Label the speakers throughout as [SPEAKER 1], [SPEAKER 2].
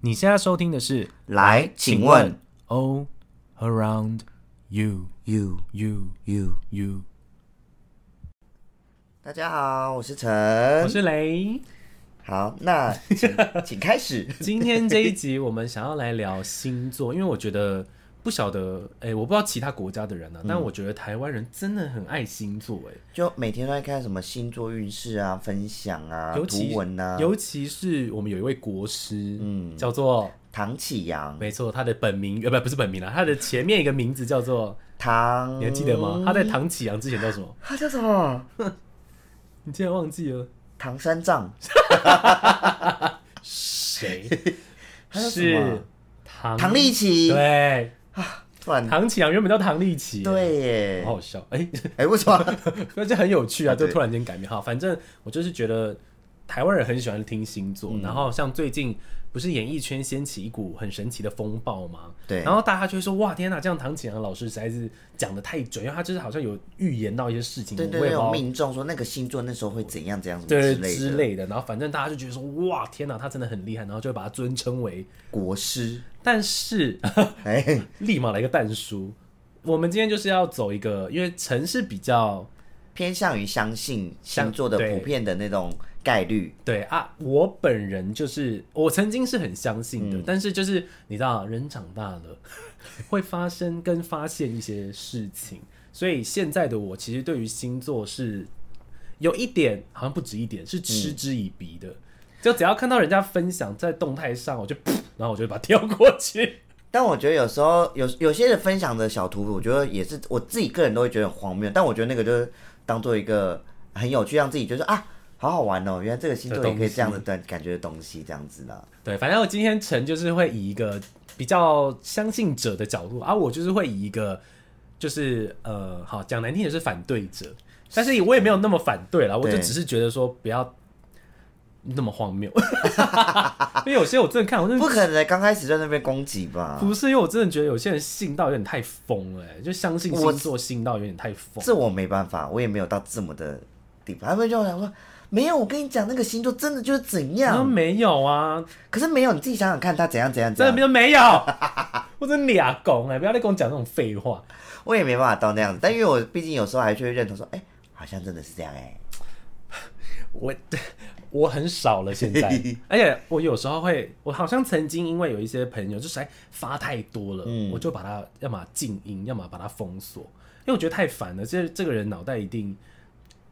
[SPEAKER 1] 你现在收听的是，
[SPEAKER 2] 来，请问
[SPEAKER 1] All Around You
[SPEAKER 2] you
[SPEAKER 1] You
[SPEAKER 2] you，
[SPEAKER 1] You，
[SPEAKER 2] 大家好，我是
[SPEAKER 1] 我
[SPEAKER 2] 陈。
[SPEAKER 1] 是雷。
[SPEAKER 2] 好， 那请请开始。
[SPEAKER 1] 今天这一集我们想要来聊星座，因为我觉得不晓得，哎、我不知道其他国家的人
[SPEAKER 2] 嗯
[SPEAKER 1] 呢、啊，但我觉得台湾人真的很爱星座、哎。
[SPEAKER 2] 就每天都在看什么星座运势啊、分享啊、
[SPEAKER 1] 尤其
[SPEAKER 2] 图文啊。
[SPEAKER 1] 尤其是我们有一位国师，嗯，叫做
[SPEAKER 2] 唐启阳，
[SPEAKER 1] 没错，他的本名呃不不是本名啦，他的前面一个名字叫做，
[SPEAKER 2] 唐
[SPEAKER 1] 你还记得吗？
[SPEAKER 2] 嗯
[SPEAKER 1] 他在唐启阳之前叫什么？
[SPEAKER 2] 他叫什么？
[SPEAKER 1] 你竟然忘记了
[SPEAKER 2] 唐三藏。
[SPEAKER 1] 谁？
[SPEAKER 2] 他叫什么
[SPEAKER 1] 是唐
[SPEAKER 2] 唐立奇。
[SPEAKER 1] 对，
[SPEAKER 2] 突然，
[SPEAKER 1] 唐启阳原本叫唐立奇，，
[SPEAKER 2] 对耶
[SPEAKER 1] 好。好笑，哎、
[SPEAKER 2] 哎，为什么？
[SPEAKER 1] 那就很有趣啊，
[SPEAKER 2] 啊
[SPEAKER 1] 就
[SPEAKER 2] 对
[SPEAKER 1] 突然间改名哈。反正我就是觉得台湾人很喜欢听星座，
[SPEAKER 2] 嗯
[SPEAKER 1] 然后像最近不是演艺圈掀起一股很神奇的风暴吗？
[SPEAKER 2] 对
[SPEAKER 1] 然后大家就会说哇天哪，这样唐启阳老师实在是讲的太准，因为他就是好像有预言到一些事情，
[SPEAKER 2] 对对
[SPEAKER 1] 我
[SPEAKER 2] 对，
[SPEAKER 1] 也不知道
[SPEAKER 2] 有命中说那个星座那时候会怎样怎样什么
[SPEAKER 1] 对
[SPEAKER 2] 之类
[SPEAKER 1] 之
[SPEAKER 2] 的。
[SPEAKER 1] 类的，然后反正大家就觉得说哇天哪，他真的很厉害，然后就会把他尊称为，
[SPEAKER 2] 国师，
[SPEAKER 1] 但是
[SPEAKER 2] 哎，
[SPEAKER 1] 立马来个蛋叔。我们今天就是要走一个，因为城市比较
[SPEAKER 2] 偏向于相信
[SPEAKER 1] 相
[SPEAKER 2] 星座的
[SPEAKER 1] 对
[SPEAKER 2] 普遍的那种概率。
[SPEAKER 1] 对啊，我本人就是我曾经是很相信的，但是就是你知道，人长大了会发生跟发现一些事情，所以现在的我其实对于星座是有一点，好像不止一点，是嗤之以鼻的。就只要看到人家分享在动态上，我就然后我就会把它跳过去。
[SPEAKER 2] 但我觉得有时候有有些人分享的小图，我觉得也是我自己个人都会觉得很荒谬，但我觉得那个就是当做一个很有趣，让自己觉得啊好好玩哦，原来这个星座也可以这样子的感觉的东西，这样子啦。
[SPEAKER 1] 对，反正我今天陈就是会以一个比较相信者的角度，而、我就是会以一个就是呃，好讲难听也是反对者，但是我也没有那么反对啦，我就
[SPEAKER 2] 对
[SPEAKER 1] 只是觉得说不要那么荒谬， 因为有些我真的看，我真
[SPEAKER 2] 不
[SPEAKER 1] 的
[SPEAKER 2] 可能刚开始在那边攻击吧？
[SPEAKER 1] 不是，因为我真的觉得有些人信到有点太疯了、欸就相信
[SPEAKER 2] 我
[SPEAKER 1] 星座信到有点太疯。
[SPEAKER 2] 这我没办法，我也没有到这么的地步。他们就想说，没有，我跟你讲，那个星座真的就是怎
[SPEAKER 1] 然后
[SPEAKER 2] 样。
[SPEAKER 1] 没有啊，
[SPEAKER 2] 可是没有，你自己想想看，他怎样怎样怎
[SPEAKER 1] 真的
[SPEAKER 2] 样
[SPEAKER 1] 没，有没有，我真俩拱哎，不要再跟我讲这种废话。
[SPEAKER 2] 我也没办法到那样子。但因为我毕竟有时候还是会认同说，哎、好像真的是这样哎、
[SPEAKER 1] 我我很少了现在，而且我有时候会，我好像曾经因为有一些朋友就是哎发太多了，
[SPEAKER 2] 嗯
[SPEAKER 1] 我就把他要么静音，要么把他封锁，因为我觉得太烦了。这这个人脑袋一定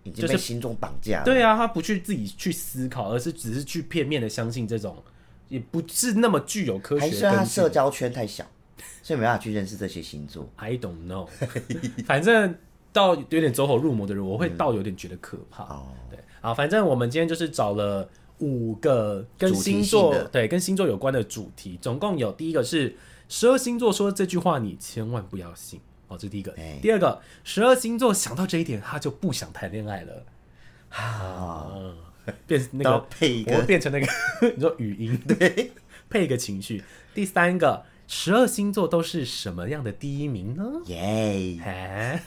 [SPEAKER 2] 已经被星座绑架了。
[SPEAKER 1] 对啊，他不去自己去思考，而是只是去片面的相信这种，也不是那么具有科
[SPEAKER 2] 还
[SPEAKER 1] 学
[SPEAKER 2] 是他
[SPEAKER 1] 根
[SPEAKER 2] 社
[SPEAKER 1] 据。
[SPEAKER 2] 交圈太小，所以没办法去认识这些星座。
[SPEAKER 1] I don't know，反正到有点走火入魔的人，我会到有点觉得可怕。
[SPEAKER 2] 嗯哦，
[SPEAKER 1] 对，好，反正我们今天就是找了五个跟
[SPEAKER 2] 主题
[SPEAKER 1] 星
[SPEAKER 2] 性
[SPEAKER 1] 座
[SPEAKER 2] 的
[SPEAKER 1] 对跟星座有关的主题，总共有第一个是十二星座说这句话你千万不要信哦，这是第一个
[SPEAKER 2] 哎。
[SPEAKER 1] 第二个，十二星座想到这一点他就不想谈恋爱了，
[SPEAKER 2] 好，
[SPEAKER 1] 嗯，变那
[SPEAKER 2] 然
[SPEAKER 1] 个
[SPEAKER 2] 后哦配一
[SPEAKER 1] 我会
[SPEAKER 2] 个
[SPEAKER 1] 变成那 个你说语音对，配一个情绪。第三个，十二星座都是什么样的第一名呢？
[SPEAKER 2] 耶，
[SPEAKER 1] 哎，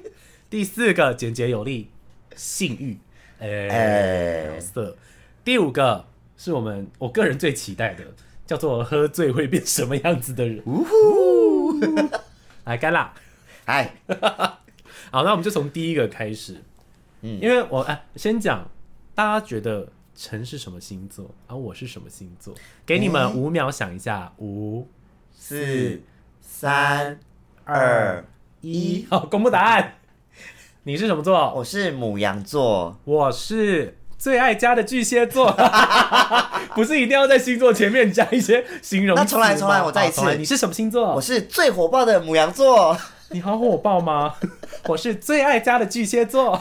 [SPEAKER 1] 第四个简洁有力，性欲，哎
[SPEAKER 2] 哎，
[SPEAKER 1] 有色。第五个是我们我个人最期待的，叫做喝醉会变什么样子的人。呜呼， 来干啦！
[SPEAKER 2] 哎，
[SPEAKER 1] 好，那我们就从第一个开始。嗯，因为我哎，先讲，大家觉得陈是什么星座，然、后我是什么星座？给你们
[SPEAKER 2] 哎
[SPEAKER 1] 五秒想一下，五、
[SPEAKER 2] 四三，
[SPEAKER 1] 二
[SPEAKER 2] 二、
[SPEAKER 1] 一，好，公布答案。你是什么座？
[SPEAKER 2] 我是母羊座，
[SPEAKER 1] 我是最爱家的巨蟹 座，不是一定要在星座前面加一些形容词吗。
[SPEAKER 2] 那重来重来我再一
[SPEAKER 1] 好重来
[SPEAKER 2] 次
[SPEAKER 1] 你是什么星
[SPEAKER 2] 我
[SPEAKER 1] 座？
[SPEAKER 2] 是最火爆的母羊座，
[SPEAKER 1] 你好火爆 吗？我是最爱家的巨蟹座。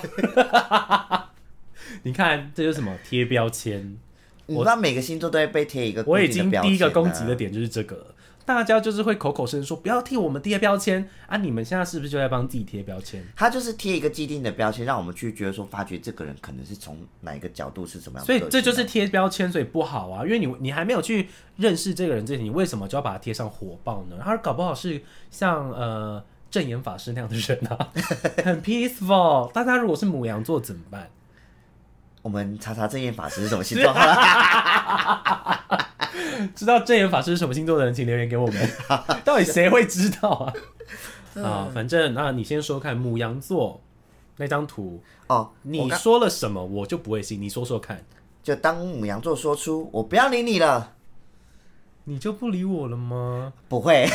[SPEAKER 1] 你看，这就是什么贴标签？
[SPEAKER 2] 你知道每个星座都会被贴一个固
[SPEAKER 1] 我已
[SPEAKER 2] 定
[SPEAKER 1] 经
[SPEAKER 2] 的标签啊
[SPEAKER 1] 第一个攻击的点就是这个了。大家就是会口口声声说不要替我们贴标签啊！你们现在是不是就在帮自己贴标签？
[SPEAKER 2] 他就是贴一个既定的标签，让我们去觉得说，发觉这个人可能是从哪一个角度是怎么样的
[SPEAKER 1] 所
[SPEAKER 2] 个
[SPEAKER 1] 以
[SPEAKER 2] 性啊，
[SPEAKER 1] 这就是贴标签，所以不好啊，因为你你还没有去认识这个人之前，你为什么就要把他贴上火爆呢？他搞不好是像呃正言法师那样的人啊，很 peaceful。但他如果是母羊座怎么办？
[SPEAKER 2] 我们查查正念法师是什么星座好了，
[SPEAKER 1] 知道正言法师是什么星座的人，请留言给我 们。到底谁会知道啊？啊，反正那你先说看母羊座那张图，
[SPEAKER 2] 哦，我
[SPEAKER 1] 你
[SPEAKER 2] 刚
[SPEAKER 1] 说了什么我就不会信，你说说看，
[SPEAKER 2] 就当母羊座说出“我不要理你了
[SPEAKER 1] 你就不理我了吗”，？
[SPEAKER 2] 不会，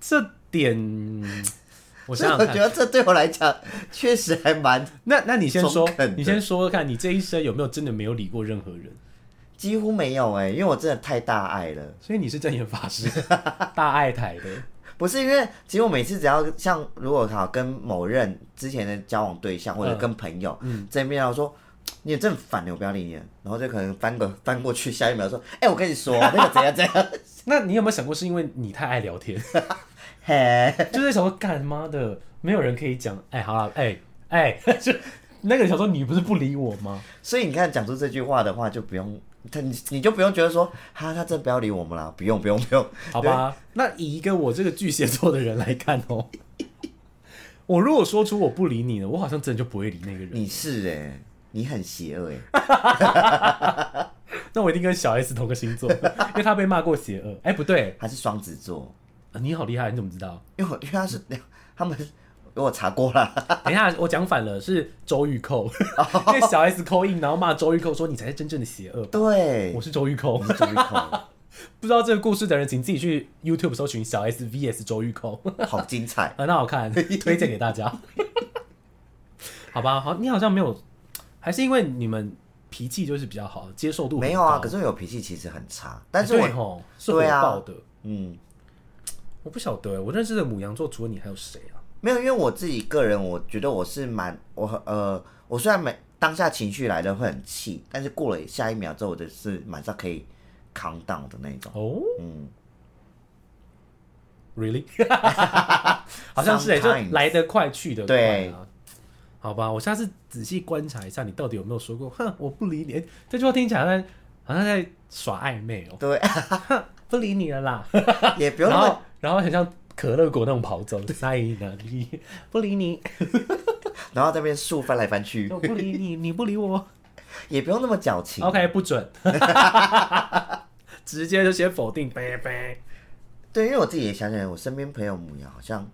[SPEAKER 1] 这点嗯我想想
[SPEAKER 2] 我觉
[SPEAKER 1] 看，
[SPEAKER 2] 得这对我来讲确实还蛮
[SPEAKER 1] 那那你先说
[SPEAKER 2] 中肯，的
[SPEAKER 1] 你先说说看，你这一生有没有真的没有理过任何人？
[SPEAKER 2] 几乎没有哎、因为我真的太大爱了。
[SPEAKER 1] 所以你是正言法 师，大爱台的。
[SPEAKER 2] 不是因为，其实我每次只要像如果好跟某任之前的交往对象或者
[SPEAKER 1] 嗯
[SPEAKER 2] 跟朋友见面，然后说你也真烦，我不要理你了，然后就可能翻个翻过去，下一秒说，哎、我跟你说那个怎样怎样，
[SPEAKER 1] 那你有没有想过，是因为你太爱聊 天，
[SPEAKER 2] 嘿，
[SPEAKER 1] 就是想说干妈的，没有人可以讲，哎、好了，哎、哎、 就那个人想说，你不是不理我吗？
[SPEAKER 2] 所以你看讲出这句话的话，就不用他你你就不用觉得说哈他真不要理我们了，不用不用不用，
[SPEAKER 1] 好吧，那以一个我这个巨蟹座的人来看哦， 我如果说出我不理你了，我好像真的就不会理那个人，
[SPEAKER 2] 你是哎、你很邪恶哎、
[SPEAKER 1] 那我一定跟小 S 同个星座，因为他被骂过邪恶。哎、不对、
[SPEAKER 2] 他是双子座，
[SPEAKER 1] 啊你好厉害，你怎么知道？
[SPEAKER 2] 因为我因为他是 他们我查过 了，
[SPEAKER 1] 等一下，我讲反了，是周玉 蔻，因为小 S 扣印，然后骂周玉蔻说你才是真正的邪恶。
[SPEAKER 2] 对
[SPEAKER 1] 我，是周玉蔻，
[SPEAKER 2] 哎我是周玉蔻，
[SPEAKER 1] 不知道这个故事的人，请自己去 YouTube 搜寻小 S VS 周玉蔻，
[SPEAKER 2] 好精彩。
[SPEAKER 1] 很好 看，推荐给大家。 好吧，好，你好像没有，还是因为你们脾气就是比较好，接受度很
[SPEAKER 2] 没有啊，
[SPEAKER 1] 高哎
[SPEAKER 2] 可是我脾气其实很差，但是
[SPEAKER 1] 对哦
[SPEAKER 2] 我、
[SPEAKER 1] 吼是火
[SPEAKER 2] 对啊
[SPEAKER 1] 爆的。
[SPEAKER 2] 嗯
[SPEAKER 1] 我不晓得，我认识的母羊座除了你还有谁啊？
[SPEAKER 2] 没有，因为我自己个人，我觉得我是蛮我呃，我虽然每当下情绪来的会很气，但是过了下一秒之后，我就是马上可以 calm down 的那一种。
[SPEAKER 1] 哦、
[SPEAKER 2] 嗯，
[SPEAKER 1] r e a l l y 好像是哎、
[SPEAKER 2] Sometimes
[SPEAKER 1] 就来得快去得快
[SPEAKER 2] 对
[SPEAKER 1] 啊。好吧，我下次仔细观察一下你到底有没有说过“哼，我不理你”哎这句话听起来好像好像在耍暧昧哦、
[SPEAKER 2] 对，
[SPEAKER 1] 不理你了啦。
[SPEAKER 2] 也不用
[SPEAKER 1] 然
[SPEAKER 2] 那
[SPEAKER 1] 后
[SPEAKER 2] 么
[SPEAKER 1] 然后很像可乐果那种跑走，在哪里？不理你，
[SPEAKER 2] 然后在那边树翻来翻去，
[SPEAKER 1] 我哦不理你，你不理我。
[SPEAKER 2] 也不用那么矫情。
[SPEAKER 1] OK，不准， 直接就先否定，拜拜。
[SPEAKER 2] 对，因为我自己也想想，我身边朋友母羊好像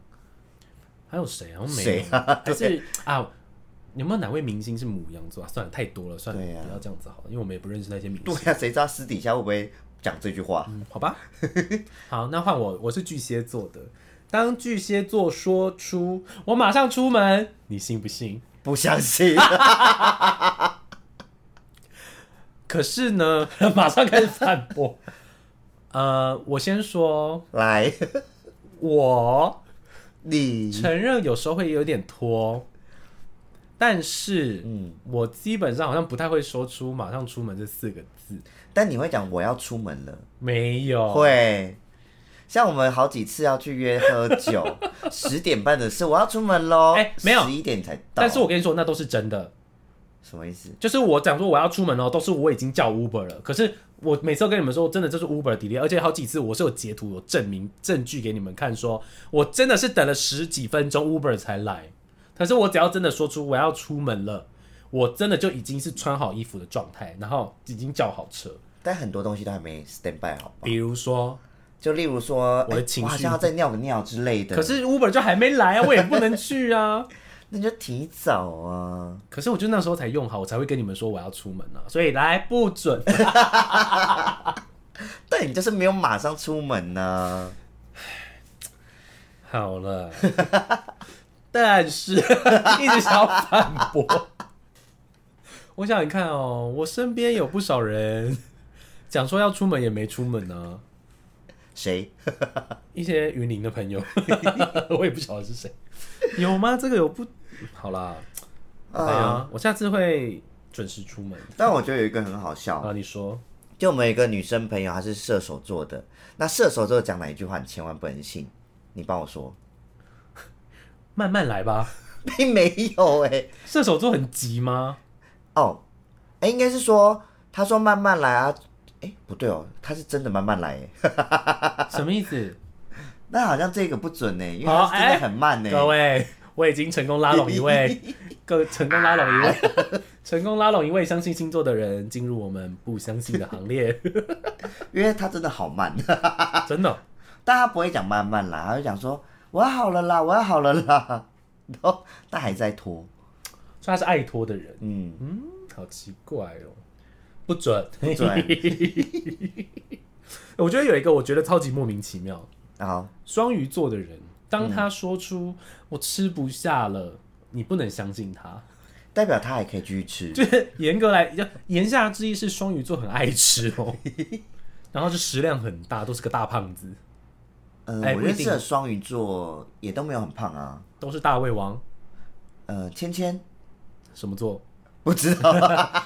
[SPEAKER 1] 还有谁啊？好像没
[SPEAKER 2] 谁
[SPEAKER 1] 有，
[SPEAKER 2] 啊
[SPEAKER 1] 还是啊？有没有哪位明星是母羊座啊？算了，太多了，算了，
[SPEAKER 2] 对啊
[SPEAKER 1] 不要这样子好了，因为我们也不认识那些明
[SPEAKER 2] 对
[SPEAKER 1] 星。
[SPEAKER 2] 呀、谁知道私底下会不会讲这句话？
[SPEAKER 1] 嗯，好吧。 好，那换我，我是巨蟹座的。当巨蟹座说出“我马上出门”，你信不信？
[SPEAKER 2] 不相 信，
[SPEAKER 1] 可是呢， 马上开始反驳。 呃，我先说，
[SPEAKER 2] 来，
[SPEAKER 1] 我
[SPEAKER 2] 你
[SPEAKER 1] 承认有时候会有点拖，但是，嗯
[SPEAKER 2] 嗯，
[SPEAKER 1] 我基本上好像不太会说出“马上出门”这四个字，
[SPEAKER 2] 但你会讲我要出门了。
[SPEAKER 1] 没有。
[SPEAKER 2] 会，像我们好几次要去约喝 酒，十点半的事，我要出门喽。
[SPEAKER 1] 哎没有
[SPEAKER 2] 十一点才到。
[SPEAKER 1] 但是我跟你说，那都是真的。
[SPEAKER 2] 什么意思？
[SPEAKER 1] 就是我讲说我要出门哦，都是我已经叫 Uber 了。可是我每次都跟你们说，真的这是 Uber 的 delay，而且好几次我是有截图、有证明、证据给你们看说，我真的是等了十几分钟 Uber 才来。可是我只要真的说出我要出门了，我真的就已经是穿好衣服的状态，然后已经叫好车。
[SPEAKER 2] 但很多东西都还没 stand by 好吧？
[SPEAKER 1] 比如说，
[SPEAKER 2] 就例如说，
[SPEAKER 1] 我的
[SPEAKER 2] 哎
[SPEAKER 1] 情
[SPEAKER 2] 我好
[SPEAKER 1] 绪
[SPEAKER 2] 像要再尿个尿之类的。
[SPEAKER 1] 可是 Uber 就还没来啊，我也不能去啊。
[SPEAKER 2] 那你就提早啊。
[SPEAKER 1] 可是我就那时候才用好，我才会跟你们说我要出门啊，所以来不准。
[SPEAKER 2] 但你就是没有马上出门啊呢、
[SPEAKER 1] 好了， 但是 一直想要反驳。我想你看哦，我身边有不少人讲说要出门也没出门呢、
[SPEAKER 2] 谁？
[SPEAKER 1] 一些云林的朋友， 我也不晓得是谁，有吗？这个有不好啦，
[SPEAKER 2] 哎
[SPEAKER 1] 好
[SPEAKER 2] 呀！
[SPEAKER 1] 吧我下次会准时出门。
[SPEAKER 2] 但我觉得有一个很好
[SPEAKER 1] 啊，
[SPEAKER 2] 笑，
[SPEAKER 1] 你说
[SPEAKER 2] 就我们有一个女生朋友，她是射手座的。那射手座讲哪一句话，你千万不能信。你帮我说，
[SPEAKER 1] 慢慢来吧。
[SPEAKER 2] 并没有哎、
[SPEAKER 1] 射手座很急吗？
[SPEAKER 2] 哦，哎、应该是说，他说慢慢来啊，哎、不对哦，他是真的慢慢来耶，
[SPEAKER 1] 什么意思？
[SPEAKER 2] 那好像这个不准呢，因为
[SPEAKER 1] 好
[SPEAKER 2] 他是真
[SPEAKER 1] 哎
[SPEAKER 2] 的很慢呢、
[SPEAKER 1] 各位，我已经成功拉拢一位，各成功拉拢一位，成功拉拢一位相信星座的人进入我们不相信的行列，
[SPEAKER 2] 因为他真的好慢，
[SPEAKER 1] 真的。
[SPEAKER 2] 但他不会讲慢慢啦，他会讲说我要好了啦，我要好了啦， 然后他还在拖，
[SPEAKER 1] 所以他是爱拖的人，
[SPEAKER 2] 嗯，
[SPEAKER 1] 嗯，好奇怪哦，不准，
[SPEAKER 2] 不准。
[SPEAKER 1] 我觉得有一个我觉得超级莫名其妙，
[SPEAKER 2] 好，
[SPEAKER 1] 双鱼座的人，当他说出“我吃不下了”，你不能相信他。
[SPEAKER 2] 代表他还可以继续吃，
[SPEAKER 1] 就是严格来，要言下之意是双鱼座很爱吃哦，然后就食量很大，都是个大胖子，
[SPEAKER 2] 呃，
[SPEAKER 1] 哎
[SPEAKER 2] 我
[SPEAKER 1] 不一
[SPEAKER 2] 认识
[SPEAKER 1] 定
[SPEAKER 2] 的双鱼座也都没有很胖啊，
[SPEAKER 1] 都是大胃王。
[SPEAKER 2] 呃，芊芊
[SPEAKER 1] 什么座？
[SPEAKER 2] 不知道，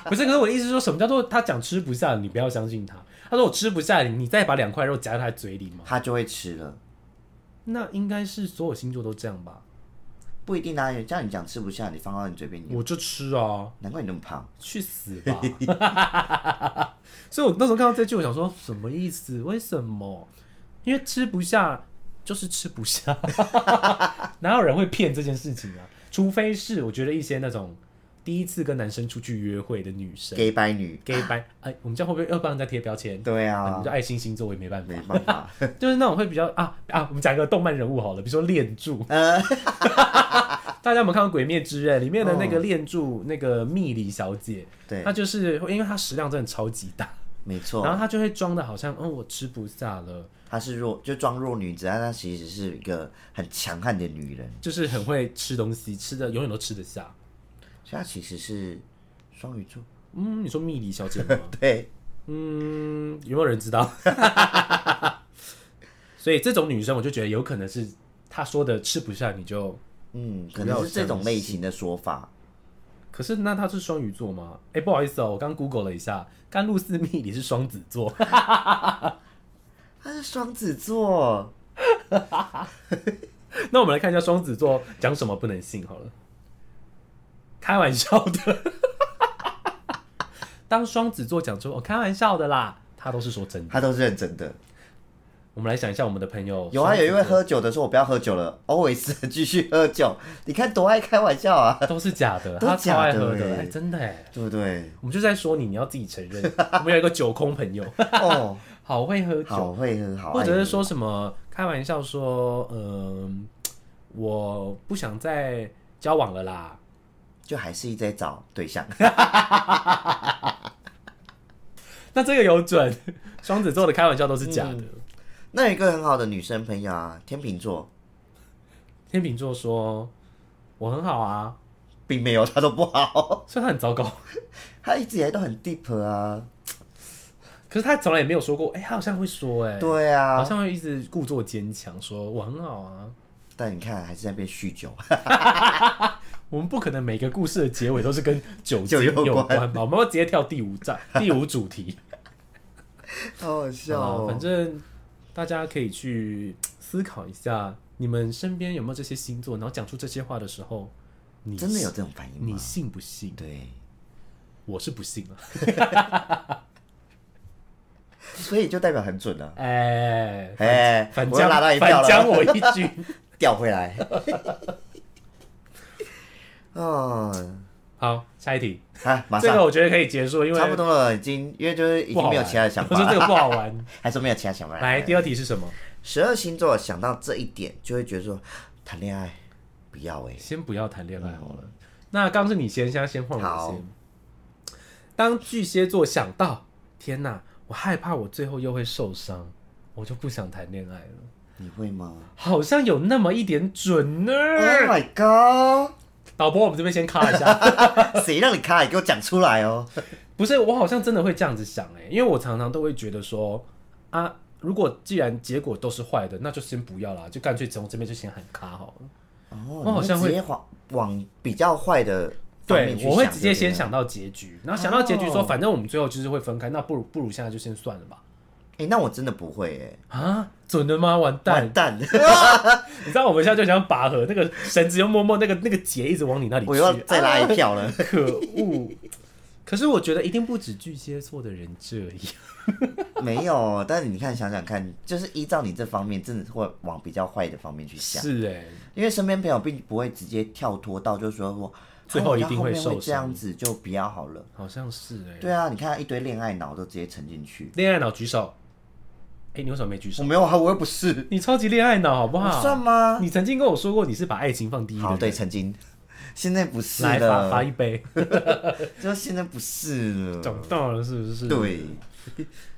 [SPEAKER 1] 不是，可是我的意思是说什么叫做他讲吃不下，你不要相信他。他说我吃不下，你再把两块肉夹在他嘴里嘛。
[SPEAKER 2] 他就会吃了，
[SPEAKER 1] 那应该是所有星座都这样吧？
[SPEAKER 2] 不一定啊，叫你讲吃不下，你放到你嘴边，
[SPEAKER 1] 我就吃啊，
[SPEAKER 2] 难怪你那么胖，
[SPEAKER 1] 去死吧！啊所以我那时候看到这句，我想说什么意思？为什么？因为吃不下就是吃不 下，哪有人会骗这件事情啊？除非是我觉得一些那种第一次跟男生出去约会的女生
[SPEAKER 2] 给白女，
[SPEAKER 1] ，gay 白，哎，我们这样会不会又帮人家贴标签？
[SPEAKER 2] 对
[SPEAKER 1] 啊，你
[SPEAKER 2] 啊
[SPEAKER 1] 们就，爱心星座，我也没办法
[SPEAKER 2] 没。办法，
[SPEAKER 1] 就是那种会比较啊啊，我们讲一个动漫人物好了，比如说恋柱， 大家有没有看过《鬼灭之刃》里面的那个恋柱、那个蜜里小姐，
[SPEAKER 2] 对哦
[SPEAKER 1] 她，就是因为她食量真的超级大，
[SPEAKER 2] 没
[SPEAKER 1] 然
[SPEAKER 2] 错，
[SPEAKER 1] 后她就会装的好像嗯我吃不下了，
[SPEAKER 2] 她是弱，就装弱女子，但她其实是一个很强悍的女人，
[SPEAKER 1] 就是很会吃东西，吃的永远都吃得下。
[SPEAKER 2] 所以她其实是双鱼座，
[SPEAKER 1] 嗯，你说蜜里小姐吗？
[SPEAKER 2] 对，
[SPEAKER 1] 嗯，有没有人知道？ 所以这种女生，我就觉得有可能是她说的吃不下，你就。
[SPEAKER 2] 嗯，可
[SPEAKER 1] 不要
[SPEAKER 2] 能是这种
[SPEAKER 1] 相
[SPEAKER 2] 类型的说法，
[SPEAKER 1] 可是那她是双鱼座吗？哎、不好意思哦，我刚 Google 了一下，甘露寺蜜里是双子座。
[SPEAKER 2] 她是双子座，
[SPEAKER 1] 那我们来看一下双子座讲什么不能信好了。开玩笑的， 当双子座讲出“我、开玩笑的啦”，他都是说真的。
[SPEAKER 2] 她都是认真的。
[SPEAKER 1] 我们来想一下我们的朋友，
[SPEAKER 2] 有啊，
[SPEAKER 1] 双子
[SPEAKER 2] 有一位喝酒的说：“我不要喝酒了，always 继续喝酒。”你看多爱开玩笑啊，
[SPEAKER 1] 都是假的，
[SPEAKER 2] 都
[SPEAKER 1] 他超爱
[SPEAKER 2] 假的
[SPEAKER 1] 喝的，
[SPEAKER 2] 欸
[SPEAKER 1] 哎、真的哎、
[SPEAKER 2] 对不对？
[SPEAKER 1] 我们就在说你，你要自己承认。我们有一个酒空朋友，
[SPEAKER 2] 哦，
[SPEAKER 1] 好会喝 酒，
[SPEAKER 2] 好会喝，好爱喝
[SPEAKER 1] 或者是说什么开玩笑说，嗯、我不想再交往了啦，
[SPEAKER 2] 就还是一直在找对象，
[SPEAKER 1] 那这个有准，双子座的开玩笑都是假的。
[SPEAKER 2] 嗯那有一个很好的女生朋友啊，天秤座，
[SPEAKER 1] 天秤座说：“我很好啊，
[SPEAKER 2] 并没有她都不好，
[SPEAKER 1] 所以他很糟糕。
[SPEAKER 2] 她一直以来都很 deep 啊，
[SPEAKER 1] 可是他从来也没有说过，哎、他好像会说、哎，、
[SPEAKER 2] 对
[SPEAKER 1] 好
[SPEAKER 2] 啊，
[SPEAKER 1] 像会一直故作坚强，说我很好啊。
[SPEAKER 2] 但你看还是在那边 酗酒，
[SPEAKER 1] 我们不可能每个故事的结尾都是跟酒精
[SPEAKER 2] 酒有
[SPEAKER 1] 有
[SPEAKER 2] 关
[SPEAKER 1] 关吧？我们要直接跳第五 站、第五主题。
[SPEAKER 2] 好好笑
[SPEAKER 1] 啊反
[SPEAKER 2] 哦。
[SPEAKER 1] 正大家可以去思考一下，你们身边有没有这些星座？然后讲出这些话的时候，你
[SPEAKER 2] 真的有这啊种反应
[SPEAKER 1] 你
[SPEAKER 2] 吗？
[SPEAKER 1] 信不信？
[SPEAKER 2] 对，
[SPEAKER 1] 我是不信啊了。
[SPEAKER 2] 所以就代表很准啊。
[SPEAKER 1] 哎、
[SPEAKER 2] 哎，
[SPEAKER 1] 反
[SPEAKER 2] 我又
[SPEAKER 1] 将
[SPEAKER 2] 拉到一票
[SPEAKER 1] 反将
[SPEAKER 2] 了，
[SPEAKER 1] 我一军。
[SPEAKER 2] 调回来。 哦，
[SPEAKER 1] 好，下一题。
[SPEAKER 2] 啊，马
[SPEAKER 1] 这
[SPEAKER 2] 上
[SPEAKER 1] 个我觉得可以结束，因为
[SPEAKER 2] 差不多了，已经因为就是
[SPEAKER 1] 不
[SPEAKER 2] 已经
[SPEAKER 1] 好玩
[SPEAKER 2] 没有其他的想
[SPEAKER 1] 我说
[SPEAKER 2] 法
[SPEAKER 1] 这
[SPEAKER 2] 了，
[SPEAKER 1] 个
[SPEAKER 2] 哎
[SPEAKER 1] 不好 玩。
[SPEAKER 2] 还说没有其他想法。
[SPEAKER 1] 来，第二题是什么？
[SPEAKER 2] 十二星座想到这一点，就会觉得说谈恋爱不要哎、
[SPEAKER 1] 先不要谈恋爱好了。那刚是你先，现在先换我
[SPEAKER 2] 嗯好
[SPEAKER 1] 先。当巨蟹座想到，天哪，我害怕我最后又会受伤，我就不想谈恋爱了。
[SPEAKER 2] 你会吗
[SPEAKER 1] 好像有那么一点准呢。
[SPEAKER 2] ？Oh my god！
[SPEAKER 1] 导播，我们这边先卡一下。
[SPEAKER 2] 谁让你卡？你给我讲出来哦。
[SPEAKER 1] 不是，我好像真的会这样子想哎、因为我常常都会觉得说，啊，如果既然结果都是坏的，那就先不要啦，就干脆从这边就先喊卡好了。
[SPEAKER 2] 哦，
[SPEAKER 1] 我好像
[SPEAKER 2] 你
[SPEAKER 1] 会
[SPEAKER 2] 直接往往比较坏的方
[SPEAKER 1] 对
[SPEAKER 2] 面去，想
[SPEAKER 1] 我会直接
[SPEAKER 2] 就对
[SPEAKER 1] 先
[SPEAKER 2] 了。
[SPEAKER 1] 想到结局，然后想到结局说，
[SPEAKER 2] 哦
[SPEAKER 1] 反正我们最后就是会分开，那不如不如现在就先算了吧。
[SPEAKER 2] 哎、那我真的不会哎、
[SPEAKER 1] 啊，准了吗？完蛋！
[SPEAKER 2] 完 蛋！
[SPEAKER 1] 你知道我们现在就想拔河，那个绳子又默默那个那个结一直往你那里
[SPEAKER 2] 我又要
[SPEAKER 1] 去，
[SPEAKER 2] 再拉
[SPEAKER 1] 啊
[SPEAKER 2] 一票了。
[SPEAKER 1] 可恶！可是我觉得一定不止巨蟹座的人这样，
[SPEAKER 2] 没有，但是你看想想看，就是依照你这方面，真的会往比较坏的方面去想，
[SPEAKER 1] 是哎、
[SPEAKER 2] 因为身边朋友并不会直接跳脱到就说说，
[SPEAKER 1] 最
[SPEAKER 2] 啊
[SPEAKER 1] 后
[SPEAKER 2] 我
[SPEAKER 1] 一
[SPEAKER 2] 家
[SPEAKER 1] 定
[SPEAKER 2] 后
[SPEAKER 1] 会
[SPEAKER 2] 面
[SPEAKER 1] 受
[SPEAKER 2] 会这样
[SPEAKER 1] 伤
[SPEAKER 2] 子，就不要好了。
[SPEAKER 1] 好像是哎、
[SPEAKER 2] 对啊，你看一堆恋爱脑都直接沉进去，
[SPEAKER 1] 恋爱脑举手，哎、你为什么没举手？
[SPEAKER 2] 我没有啊，我又不是，
[SPEAKER 1] 你超级恋爱脑好不
[SPEAKER 2] 我
[SPEAKER 1] 好？
[SPEAKER 2] 算吗？
[SPEAKER 1] 你曾经跟我说过你是把爱情放第一的
[SPEAKER 2] 好，
[SPEAKER 1] 人，
[SPEAKER 2] 对，曾经，现在不是
[SPEAKER 1] 来罚罚
[SPEAKER 2] 了，
[SPEAKER 1] 一杯，
[SPEAKER 2] 就现在不是了，
[SPEAKER 1] 长大了是不是？
[SPEAKER 2] 对。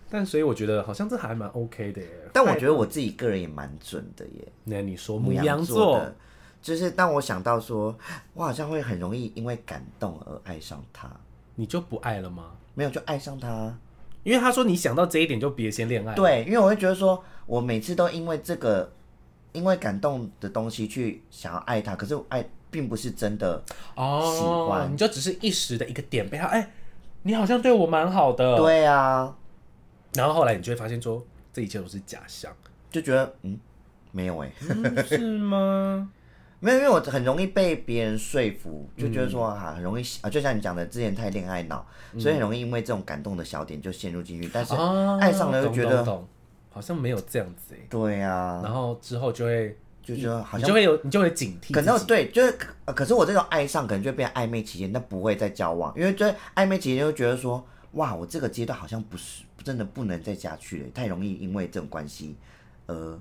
[SPEAKER 1] 但所以我觉得好像这还蛮 OK 的耶。
[SPEAKER 2] 但我觉得我自己个人也蛮准的耶，
[SPEAKER 1] 那你说
[SPEAKER 2] 母
[SPEAKER 1] 母
[SPEAKER 2] 羊
[SPEAKER 1] 羊
[SPEAKER 2] 座
[SPEAKER 1] 座
[SPEAKER 2] 的，就是当我想到说，我好像会很容易因为感动而爱上他，
[SPEAKER 1] 你就不爱了吗？
[SPEAKER 2] 没有就爱上他。啊
[SPEAKER 1] 因为他说你想到这一点就别先恋爱，
[SPEAKER 2] 对，因为我会觉得说，我每次都因为这个，因为感动的东西去想要爱他，可是我爱并不是真的。喜
[SPEAKER 1] 哦
[SPEAKER 2] 欢，
[SPEAKER 1] 你就只是一时的一个点被他，哎、你好像对我蛮好的，
[SPEAKER 2] 对啊，
[SPEAKER 1] 然后后来你就会发现说这一切都是假象，
[SPEAKER 2] 就觉得嗯，没有哎、
[SPEAKER 1] 嗯是吗？
[SPEAKER 2] 没有，因为我很容易被别人说服，
[SPEAKER 1] 嗯
[SPEAKER 2] 就觉得说啊，很容易啊，就像你讲的，之前太恋爱脑，所以很容易因为这种感动的小点就陷入进去，但 是
[SPEAKER 1] 嗯啊，
[SPEAKER 2] 爱上了又
[SPEAKER 1] 懂
[SPEAKER 2] 觉
[SPEAKER 1] 懂
[SPEAKER 2] 得，
[SPEAKER 1] 懂好像没有这样子哎，
[SPEAKER 2] 对啊，
[SPEAKER 1] 然后之后就会
[SPEAKER 2] 就觉得好
[SPEAKER 1] 你
[SPEAKER 2] 像
[SPEAKER 1] 就会有你就会警惕
[SPEAKER 2] 可
[SPEAKER 1] 自
[SPEAKER 2] 能
[SPEAKER 1] 己，
[SPEAKER 2] 对，就是呃可是我这种爱上可能就变暧昧期间，但不会再交往，因为就是暧昧期间就觉得说，哇，我这个阶段好像不是真的不能再下去了，太容易因为这种关系，呃，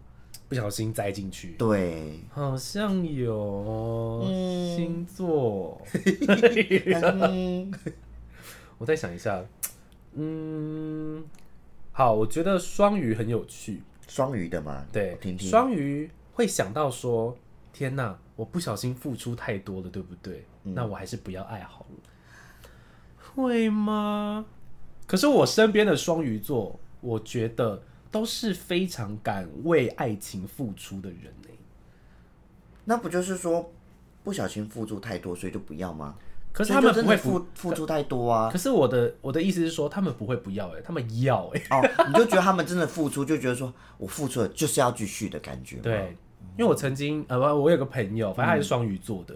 [SPEAKER 1] 不小心栽进去。
[SPEAKER 2] 对，
[SPEAKER 1] 好像有哦
[SPEAKER 2] 嗯
[SPEAKER 1] 星座，
[SPEAKER 2] 嗯
[SPEAKER 1] 我再想一下。嗯，好，我觉得双鱼很有趣。
[SPEAKER 2] 双鱼的嘛，
[SPEAKER 1] 对
[SPEAKER 2] 我听，听，
[SPEAKER 1] 双鱼会想到说：“天哪，我不小心付出太多了，对不对？
[SPEAKER 2] 嗯
[SPEAKER 1] 那我还是不要爱好了。”会吗？可是我身边的双鱼座，我觉得都是非常敢为爱情付出的人欸呢、
[SPEAKER 2] 那不就是说不小心付出太多，所以就不要吗？
[SPEAKER 1] 可是他
[SPEAKER 2] 所以就
[SPEAKER 1] 们
[SPEAKER 2] 真
[SPEAKER 1] 不
[SPEAKER 2] 的
[SPEAKER 1] 会
[SPEAKER 2] 付付出太多啊，
[SPEAKER 1] 可是我的我的意思是说，他们不会不要哎、他们要哎、
[SPEAKER 2] 哦，你就觉得他们真的付出，就觉得说我付出了就是要继续的感觉，，
[SPEAKER 1] 对，因为我曾经呃，不我有个朋友，反正他是双鱼座的，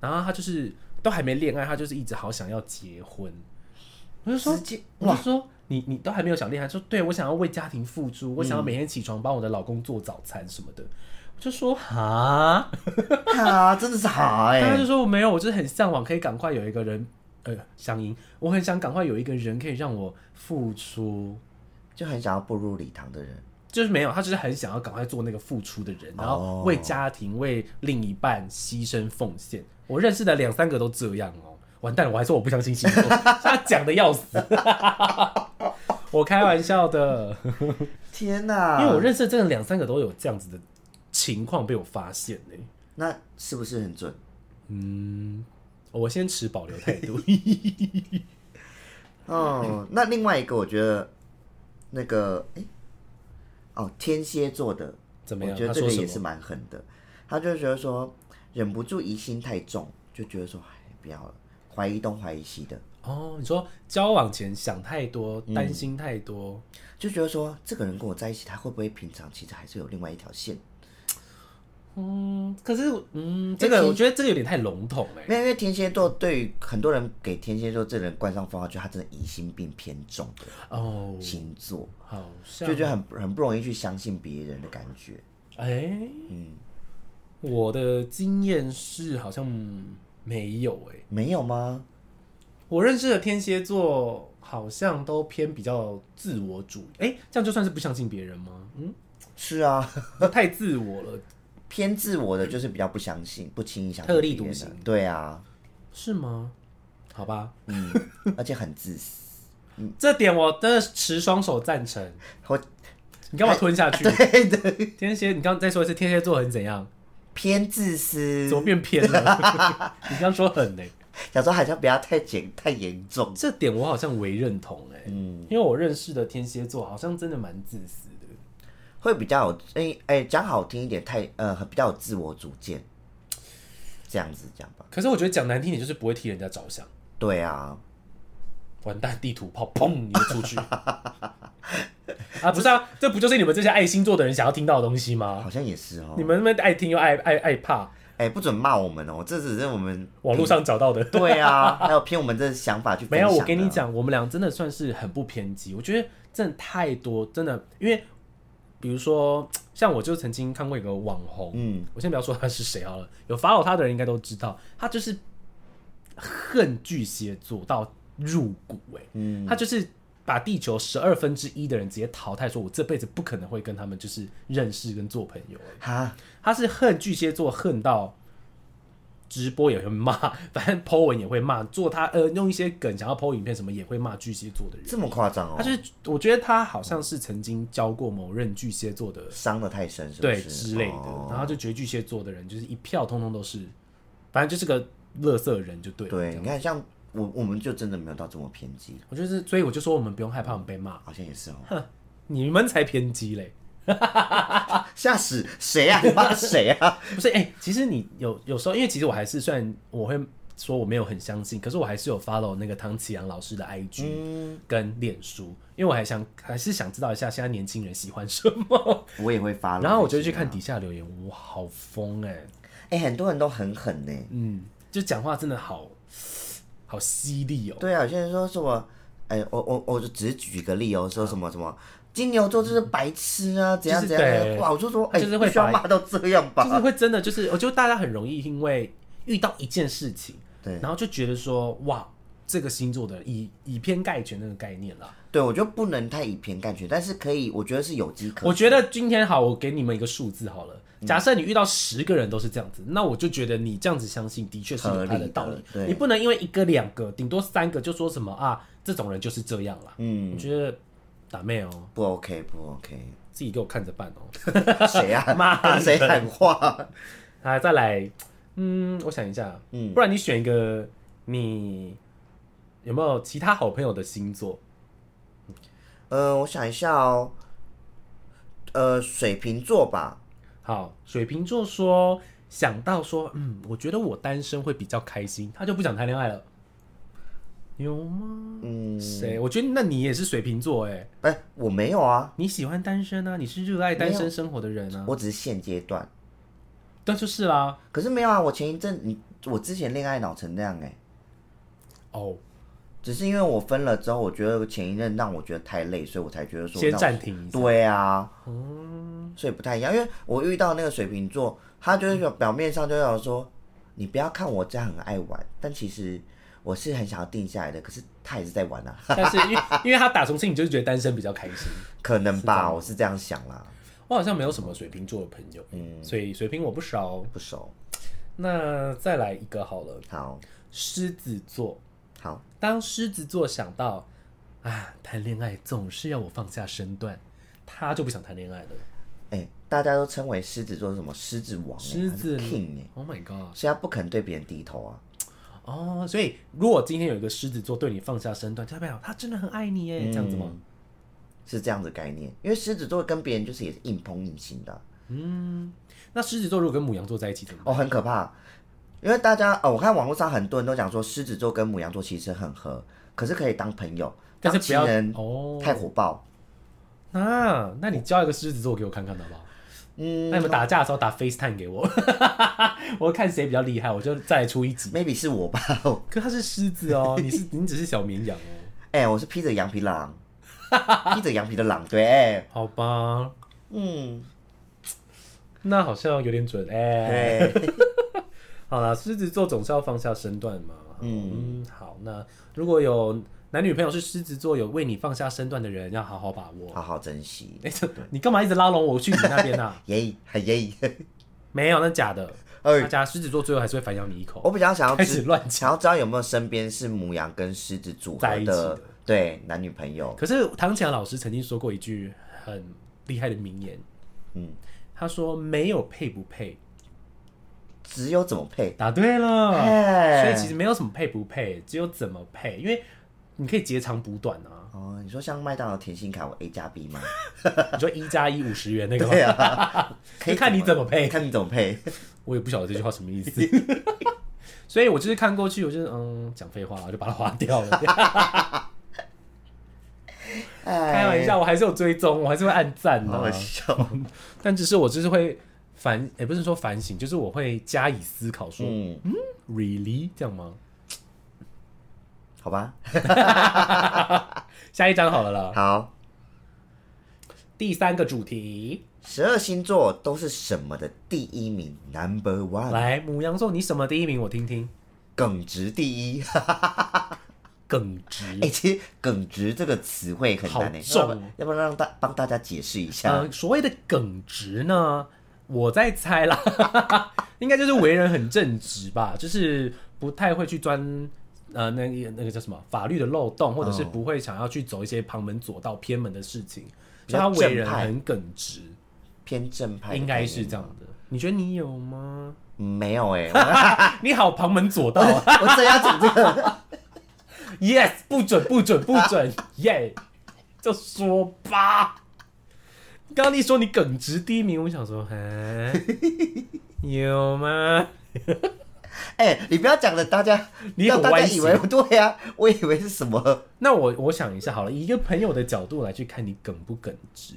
[SPEAKER 1] 然后他就是都还没恋爱，他就是一直好想要结婚。我就说
[SPEAKER 2] 直接，
[SPEAKER 1] 我就说你你都还没有想恋爱，说对我想要为家庭付出，我想要每天起床帮我的老公做早餐什么的。我就说哈，
[SPEAKER 2] 啊，真的是好哎、
[SPEAKER 1] 但他就说我没有，我就是很向往可以赶快有一个人呃想赢，我很想赶快有一个人可以让我付出。
[SPEAKER 2] 就很想要步入礼堂的人。
[SPEAKER 1] 就是没有，他就是很想要赶快做那个付出的人，然后为家庭、为另一半牺牲奉献。我认识的两三个都这样哦，完蛋了，我还说我不相信星座， 他讲的要死， 我开玩笑的，
[SPEAKER 2] 天哪！
[SPEAKER 1] 因为我认识的真的两三个都有这样子的情况被我发现呢、
[SPEAKER 2] 那是不是很准？
[SPEAKER 1] 我先持保留态度，
[SPEAKER 2] 哦，那另外一个我觉得那个哎、哦，天蝎座的
[SPEAKER 1] 怎么样
[SPEAKER 2] 我觉得
[SPEAKER 1] 他说
[SPEAKER 2] 这个
[SPEAKER 1] 什么
[SPEAKER 2] 也是蛮狠的，他就觉得说忍不住疑心太重，就觉得说哎不要了，怀疑东怀疑西的，
[SPEAKER 1] 哦，你说交往前想太多，担心太多，
[SPEAKER 2] 就觉得说这个人跟我在一起，他会不会平常其实还是有另外一条线？
[SPEAKER 1] 嗯，可是嗯，
[SPEAKER 2] 这
[SPEAKER 1] 这个
[SPEAKER 2] 其
[SPEAKER 1] 我觉得这个有点太笼统哎、
[SPEAKER 2] 没有，因为天蝎座对于很多人给天蝎座这人冠上封号，就他真的疑心病偏重的
[SPEAKER 1] 哦，
[SPEAKER 2] 星座，
[SPEAKER 1] 好像
[SPEAKER 2] 就觉得很很不容易去相信别人的感觉。
[SPEAKER 1] 哎、我的经验是好像没有哎、
[SPEAKER 2] 没有吗？
[SPEAKER 1] 我认识的天蝎座好像都偏比较自我主义，哎、这样就算是不相信别人吗？嗯，
[SPEAKER 2] 是啊，
[SPEAKER 1] 太自我 了，
[SPEAKER 2] 偏自我的就是比较不相信，不轻易相信
[SPEAKER 1] 特立独
[SPEAKER 2] 别人的
[SPEAKER 1] 行
[SPEAKER 2] 对啊，
[SPEAKER 1] 是吗？好吧，
[SPEAKER 2] 嗯，而且很 自私，
[SPEAKER 1] 这点我真的持双手赞成。
[SPEAKER 2] 嗯我
[SPEAKER 1] 你干嘛吞下去？
[SPEAKER 2] 对对，
[SPEAKER 1] 天蝎，你刚刚再说一次，天蝎座很怎样？
[SPEAKER 2] 偏自私
[SPEAKER 1] 怎，么变偏了？ 你刚刚说很呢、
[SPEAKER 2] 想说好像不要太严太严重。
[SPEAKER 1] 这点我好像为认同哎、
[SPEAKER 2] 嗯，
[SPEAKER 1] 因为我认识的天蝎座好像真的蛮自私的。
[SPEAKER 2] 会比较有，哎哎，讲好听一点，太呃，比较有自我主见，这样子讲吧。
[SPEAKER 1] 可是我觉得讲难听点，就是不会替人家着想。
[SPEAKER 2] 对啊，
[SPEAKER 1] 完蛋，地图炮砰，你就出去。 啊，不是啊，这不就是你们这些爱星座的人想要听到的东西吗？
[SPEAKER 2] 好像也是哦
[SPEAKER 1] 你。们那么爱听又爱爱爱怕，
[SPEAKER 2] 哎、不准骂我们哦、这只是我们
[SPEAKER 1] 网络上找到的。
[SPEAKER 2] 对啊，还有凭我们这想法去
[SPEAKER 1] 没
[SPEAKER 2] 分享啊
[SPEAKER 1] 有，
[SPEAKER 2] 的
[SPEAKER 1] 我跟你，讲，我们俩真的算是很不偏激。我觉得真的太多，真的，因为比如说，像我就曾经看过一个网红，
[SPEAKER 2] 嗯，
[SPEAKER 1] 我先不要说他是谁好了，有 follow 他的人应该都知道，他就是恨巨蟹座到入骨、欸，
[SPEAKER 2] 嗯
[SPEAKER 1] 他就是把地球十二分之一的人直接淘汰，说我这辈子不可能会跟他们就是认识跟做朋友、欸
[SPEAKER 2] 哈，
[SPEAKER 1] 他是恨巨蟹座，恨到直播也会骂，反正 Po 文也会骂，做他呃用一些梗想要 Po 影片什么也会骂巨蟹座的人。
[SPEAKER 2] 这么夸张哦
[SPEAKER 1] 他，就是，我觉得他好像是曾经教过某任巨蟹座的
[SPEAKER 2] 伤的太深，是不
[SPEAKER 1] 对
[SPEAKER 2] 是
[SPEAKER 1] 之类的，
[SPEAKER 2] 哦
[SPEAKER 1] 然后就觉得巨蟹座的人就是一票通通都是，反正就是个乐色人就对了。
[SPEAKER 2] 对，你看像我，我们就真的没有到这么偏激，
[SPEAKER 1] 我就是，所以我就说我们不用害怕我们被骂，
[SPEAKER 2] 好像也是哦、
[SPEAKER 1] 你们才偏激嘞。
[SPEAKER 2] 吓死谁啊？你骂谁啊？
[SPEAKER 1] 不是，哎、其实你有有时候，因为其实我还是虽然我会说我没有很相信，可是我还是有 follow 那个唐启阳老师的 IG、跟
[SPEAKER 2] 嗯
[SPEAKER 1] 脸书，因为我还想还是想知道一下现在年轻人喜欢什么。
[SPEAKER 2] 我也会发了，
[SPEAKER 1] 然后我就去
[SPEAKER 2] 啊
[SPEAKER 1] 看底下留言，哇，好疯哎、
[SPEAKER 2] 哎、很多人都很狠呢、
[SPEAKER 1] 嗯，就讲话真的好好犀利哦、
[SPEAKER 2] 对啊，有些人说什么，哎、我我我就只是举个例哦，说什么什么。金牛座就是白痴啊，怎样
[SPEAKER 1] 嗯就是
[SPEAKER 2] 怎样？
[SPEAKER 1] 对
[SPEAKER 2] 哇，我就说，哎、
[SPEAKER 1] 就是会
[SPEAKER 2] 不需要
[SPEAKER 1] 把
[SPEAKER 2] 骂到这样吧？
[SPEAKER 1] 就是会真的就是，我觉得大家很容易因为遇到一件事情，
[SPEAKER 2] 对
[SPEAKER 1] 然后就觉得说哇，这个星座的以以偏概全那个概念啦。
[SPEAKER 2] 对，我觉得不能太以偏概全，但是可以，我觉得是嗯有机可
[SPEAKER 1] 我觉得今天好，我给你们一个数字好了。假设你遇到十个人都是这样子，那我就觉得你这样子相信的确是有它
[SPEAKER 2] 合理
[SPEAKER 1] 的
[SPEAKER 2] 的
[SPEAKER 1] 道理。
[SPEAKER 2] 对
[SPEAKER 1] 你不能因为一个、两个，顶多三个就说什么啊，这种人就是这样啦。嗯，我觉得打妹哦，
[SPEAKER 2] 不 OK，不 OK，
[SPEAKER 1] 自己给我看着办哦。
[SPEAKER 2] 谁啊？
[SPEAKER 1] 妈的
[SPEAKER 2] 谁喊话？
[SPEAKER 1] 啊，再来，嗯，我想一下，嗯，不然你选一个，你有没有其他好朋友的星座？
[SPEAKER 2] 呃，我想一下哦，呃，水瓶座吧，
[SPEAKER 1] 好，水瓶座说想到说，嗯，我觉得我单身会比较开心，他就不想谈恋爱了。有吗？
[SPEAKER 2] 嗯，
[SPEAKER 1] 谁？我觉得那你也是水瓶座哎、
[SPEAKER 2] 哎、我没有啊，
[SPEAKER 1] 你喜欢单身啊，你是热爱单身生活的人啊，
[SPEAKER 2] 我只是现阶段，
[SPEAKER 1] 对，就是啦。
[SPEAKER 2] 可是没有啊，我前一阵，你我之前恋爱脑成那样哎、
[SPEAKER 1] 哦，
[SPEAKER 2] 只是因为我分了之后，我觉得前一任让我觉得太累，所以我才觉得说
[SPEAKER 1] 先
[SPEAKER 2] 那我
[SPEAKER 1] 暂停一下。哦
[SPEAKER 2] 对啊，所以不太一样。因为我遇到那个水瓶座，他就是
[SPEAKER 1] 嗯
[SPEAKER 2] 表表面上就要说，你不要看我这样很爱玩，但其实我是很想要定下来的，可是他也是在玩啊，
[SPEAKER 1] 但是因为因为他打从心里就是觉得单身比较开心。
[SPEAKER 2] 可能吧，我是这样想啦，
[SPEAKER 1] 我好像没有什么水瓶座的朋友，嗯，所以水瓶我不熟。
[SPEAKER 2] 不熟。
[SPEAKER 1] 那再来一个好了，
[SPEAKER 2] 好，
[SPEAKER 1] 狮子座。
[SPEAKER 2] 好，
[SPEAKER 1] 当狮子座想到啊，谈恋爱总是要我放下身段，他就不想谈恋爱了。
[SPEAKER 2] 哎、大家都称为狮子座是什么狮子王、欸，
[SPEAKER 1] 狮子
[SPEAKER 2] 他是 king 哎、
[SPEAKER 1] Oh my god！
[SPEAKER 2] 所以他不肯对别人低头啊。
[SPEAKER 1] 哦，所以如果今天有一个狮子座对你放下身段，代表他真的很爱你耶，哎这样子吗？
[SPEAKER 2] 嗯是这样的概念，因为狮子座跟别人就是也是硬碰硬型的啊、
[SPEAKER 1] 那狮子座如果跟母羊座在一起怎么办？
[SPEAKER 2] 哦，很可怕。因为大家哦，我看网络上很多人都讲说狮子座跟母羊座其实很合，可是可以当朋友，
[SPEAKER 1] 但是
[SPEAKER 2] 当
[SPEAKER 1] 不
[SPEAKER 2] 情
[SPEAKER 1] 要
[SPEAKER 2] 人
[SPEAKER 1] 哦。
[SPEAKER 2] 太火爆。
[SPEAKER 1] 啊，那你交一个狮子座给我看看好不好？嗯，那你们打架的时候打 FaceTime 给我， 我看谁比较厉害，我就再来出一集。
[SPEAKER 2] maybe 是我吧？
[SPEAKER 1] 可他是狮子哦，你是你只是小绵羊哦，
[SPEAKER 2] 哎、我是披着羊皮的 狼，披着羊皮的狼，对，哎
[SPEAKER 1] 好吧，
[SPEAKER 2] 嗯，
[SPEAKER 1] 那好像有点准哎。
[SPEAKER 2] 对，
[SPEAKER 1] 好啦，狮子座总是要放下身段嘛。嗯好，那如果有男女朋友是狮子座，有为你放下身段的人，要好好把握。
[SPEAKER 2] 好好 珍惜，
[SPEAKER 1] 哎、这你干嘛一直拉拢我去你那边 啊？
[SPEAKER 2] 耶，很耶。
[SPEAKER 1] 没有，那假的。
[SPEAKER 2] 哎哦
[SPEAKER 1] 大家狮子座最后还是会反咬你一口。
[SPEAKER 2] 我比较想要
[SPEAKER 1] 开始
[SPEAKER 2] 知
[SPEAKER 1] 乱讲
[SPEAKER 2] 想要知道有没有身边是母羊跟狮子组
[SPEAKER 1] 在
[SPEAKER 2] 合
[SPEAKER 1] 一起
[SPEAKER 2] 的
[SPEAKER 1] 的
[SPEAKER 2] 对男女朋友，
[SPEAKER 1] 可是唐强老师曾经说过一句很厉害的名言，
[SPEAKER 2] 嗯，
[SPEAKER 1] 他说：“没有配不配，
[SPEAKER 2] 只有怎么配？
[SPEAKER 1] 答对了。”
[SPEAKER 2] 哎
[SPEAKER 1] 啊所以其实没有什么配不配，只有怎么配，因为你可以截长补短啊。
[SPEAKER 2] 哦，你说像麦当劳甜心卡，我 A 加 B 吗？
[SPEAKER 1] 你说一加一五十元那个吗
[SPEAKER 2] 对？啊，可
[SPEAKER 1] 就
[SPEAKER 2] 以
[SPEAKER 1] 看你怎么配。
[SPEAKER 2] 看你怎 么配。
[SPEAKER 1] 我也不晓得这句话什么意思。 所以我就是看过去，我就是嗯讲废话，我就把它划掉了。
[SPEAKER 2] 哎
[SPEAKER 1] 开玩，笑，我还是有追踪，我还是会按赞的、
[SPEAKER 2] 哎哦
[SPEAKER 1] 啊
[SPEAKER 2] 好好笑。
[SPEAKER 1] 但只是我就是会反也、不是说反省，就是我会加以思考说，
[SPEAKER 2] 嗯，
[SPEAKER 1] really 这样吗？
[SPEAKER 2] 好吧，
[SPEAKER 1] 下一章好了啦。
[SPEAKER 2] 好，
[SPEAKER 1] 第三个主题，
[SPEAKER 2] 十二星座都是什么的第一名？Number one，
[SPEAKER 1] 来母羊座，你什么第一名？我听听。
[SPEAKER 2] 耿直第一。
[SPEAKER 1] 耿直，
[SPEAKER 2] 哎、其实“耿直”这个词汇很难诶、
[SPEAKER 1] 好重哦
[SPEAKER 2] 要不然要不然让大帮大家解释一下？
[SPEAKER 1] 呃，所谓的耿直呢，我在猜啦， 应该就是为人很正直吧，就是不太会去钻呃那个那个叫什么法律的漏洞，或者
[SPEAKER 2] 嗯
[SPEAKER 1] 是不会想要去走一些旁门左道、偏门的事情，
[SPEAKER 2] 比
[SPEAKER 1] 所以他
[SPEAKER 2] 较
[SPEAKER 1] 为人
[SPEAKER 2] 正派
[SPEAKER 1] 很耿直，
[SPEAKER 2] 偏正派的
[SPEAKER 1] 应该
[SPEAKER 2] 概
[SPEAKER 1] 是
[SPEAKER 2] 念
[SPEAKER 1] 这样的。你觉得你有吗？
[SPEAKER 2] 没有哎、
[SPEAKER 1] 你好，旁门左 道啊
[SPEAKER 2] 我我真要讲这个，
[SPEAKER 1] ！Yes，不准，不准，不准，耶、就说吧。刚刚你说你耿直第一名，我想说，哎，有吗？
[SPEAKER 2] 哎、你不要讲的，大家
[SPEAKER 1] 你
[SPEAKER 2] 让
[SPEAKER 1] 很
[SPEAKER 2] 大
[SPEAKER 1] 歪
[SPEAKER 2] 家
[SPEAKER 1] 斜
[SPEAKER 2] 以为对呀、我 以为是什么？
[SPEAKER 1] 那我我想一下好了，以一个朋友的角度来去看你耿不耿直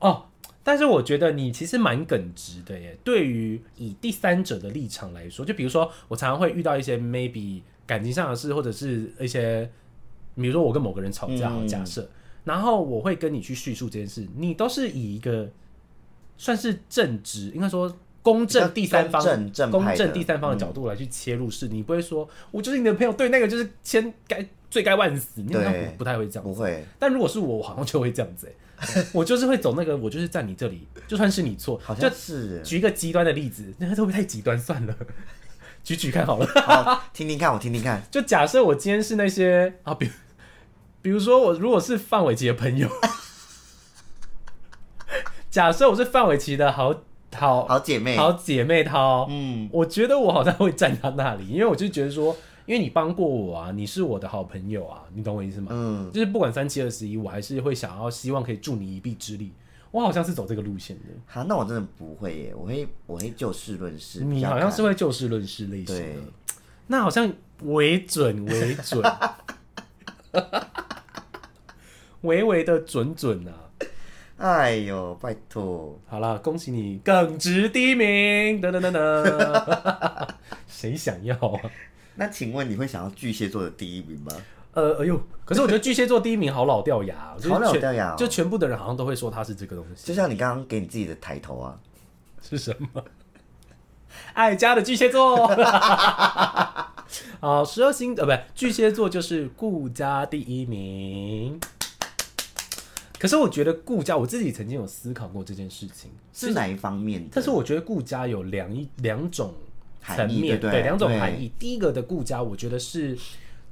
[SPEAKER 1] 哦。但是我觉得你其实蛮耿直的耶。对于以第三者的立场来说，就比如说我常常会遇到一些 maybe 感情上的事，或者是一些，比如说我跟某个人吵架，
[SPEAKER 2] 嗯
[SPEAKER 1] 假设，然后我会跟你去叙述这件事，你都是以一个算是正直，应该说公正第三方、
[SPEAKER 2] 比较公正正派的嗯
[SPEAKER 1] 公正第三方的角度来去切入事，你不会说我就是你的朋友，对那个就是千该罪该万死，你好像
[SPEAKER 2] 对
[SPEAKER 1] 不不太会这样
[SPEAKER 2] 不
[SPEAKER 1] 子。
[SPEAKER 2] 会，
[SPEAKER 1] 但如果是我，我好像就会这样子、欸， 我就是会走那个，我就是在你这里，就算是你错，
[SPEAKER 2] 好
[SPEAKER 1] 就
[SPEAKER 2] 像是
[SPEAKER 1] 举一个极端的例子，那会不会太极端？算了， 举举看好了。
[SPEAKER 2] 好，听听看，我听听看。
[SPEAKER 1] 就假设我今天是那些啊，比如比如说我如果是范玮琪的朋友， 假设我是范玮琪的好好
[SPEAKER 2] 好姐妹，
[SPEAKER 1] 好姐妹淘，
[SPEAKER 2] 嗯，
[SPEAKER 1] 我觉得我好像会站他那里，因为我就觉得说，因为你帮过我啊，你是我的好朋友啊，你懂我意思吗？
[SPEAKER 2] 嗯，
[SPEAKER 1] 就是不管三七二十一，我还是会想要希望可以助你一臂之力。我好像是走这个路线的，
[SPEAKER 2] 好，那我真的不会耶，我会我会就事论事。比
[SPEAKER 1] 你
[SPEAKER 2] 较
[SPEAKER 1] 好像
[SPEAKER 2] 看
[SPEAKER 1] 是会就事论事类型
[SPEAKER 2] 对
[SPEAKER 1] 的，那好像为准为 准，微微的准准啊。
[SPEAKER 2] 哎呦，拜托，
[SPEAKER 1] 好啦，恭喜你耿直第一名，等等等等， 谁想要啊？
[SPEAKER 2] 那请问你会想要巨蟹座的第一名吗？
[SPEAKER 1] 呃，哎呦，可是我觉得巨蟹座第一名好老掉牙 哦，就是
[SPEAKER 2] 好老
[SPEAKER 1] 全
[SPEAKER 2] 掉牙哦
[SPEAKER 1] 就全部的人好像都会说他是这个东 西，
[SPEAKER 2] 就像你刚刚给你自己的抬头啊，
[SPEAKER 1] 是什么？爱家的巨蟹座， 好，十二星呃，不，巨蟹座就是顾家第一名。可是我觉得顾家，我自己曾经有思考过这件事情，
[SPEAKER 2] 是哪一方面的？
[SPEAKER 1] 但是我觉得顾家有两一两种
[SPEAKER 2] 含
[SPEAKER 1] 层
[SPEAKER 2] 义
[SPEAKER 1] 面，
[SPEAKER 2] 对不对
[SPEAKER 1] 两种
[SPEAKER 2] 对
[SPEAKER 1] 含义。第一个的顾家，我觉得是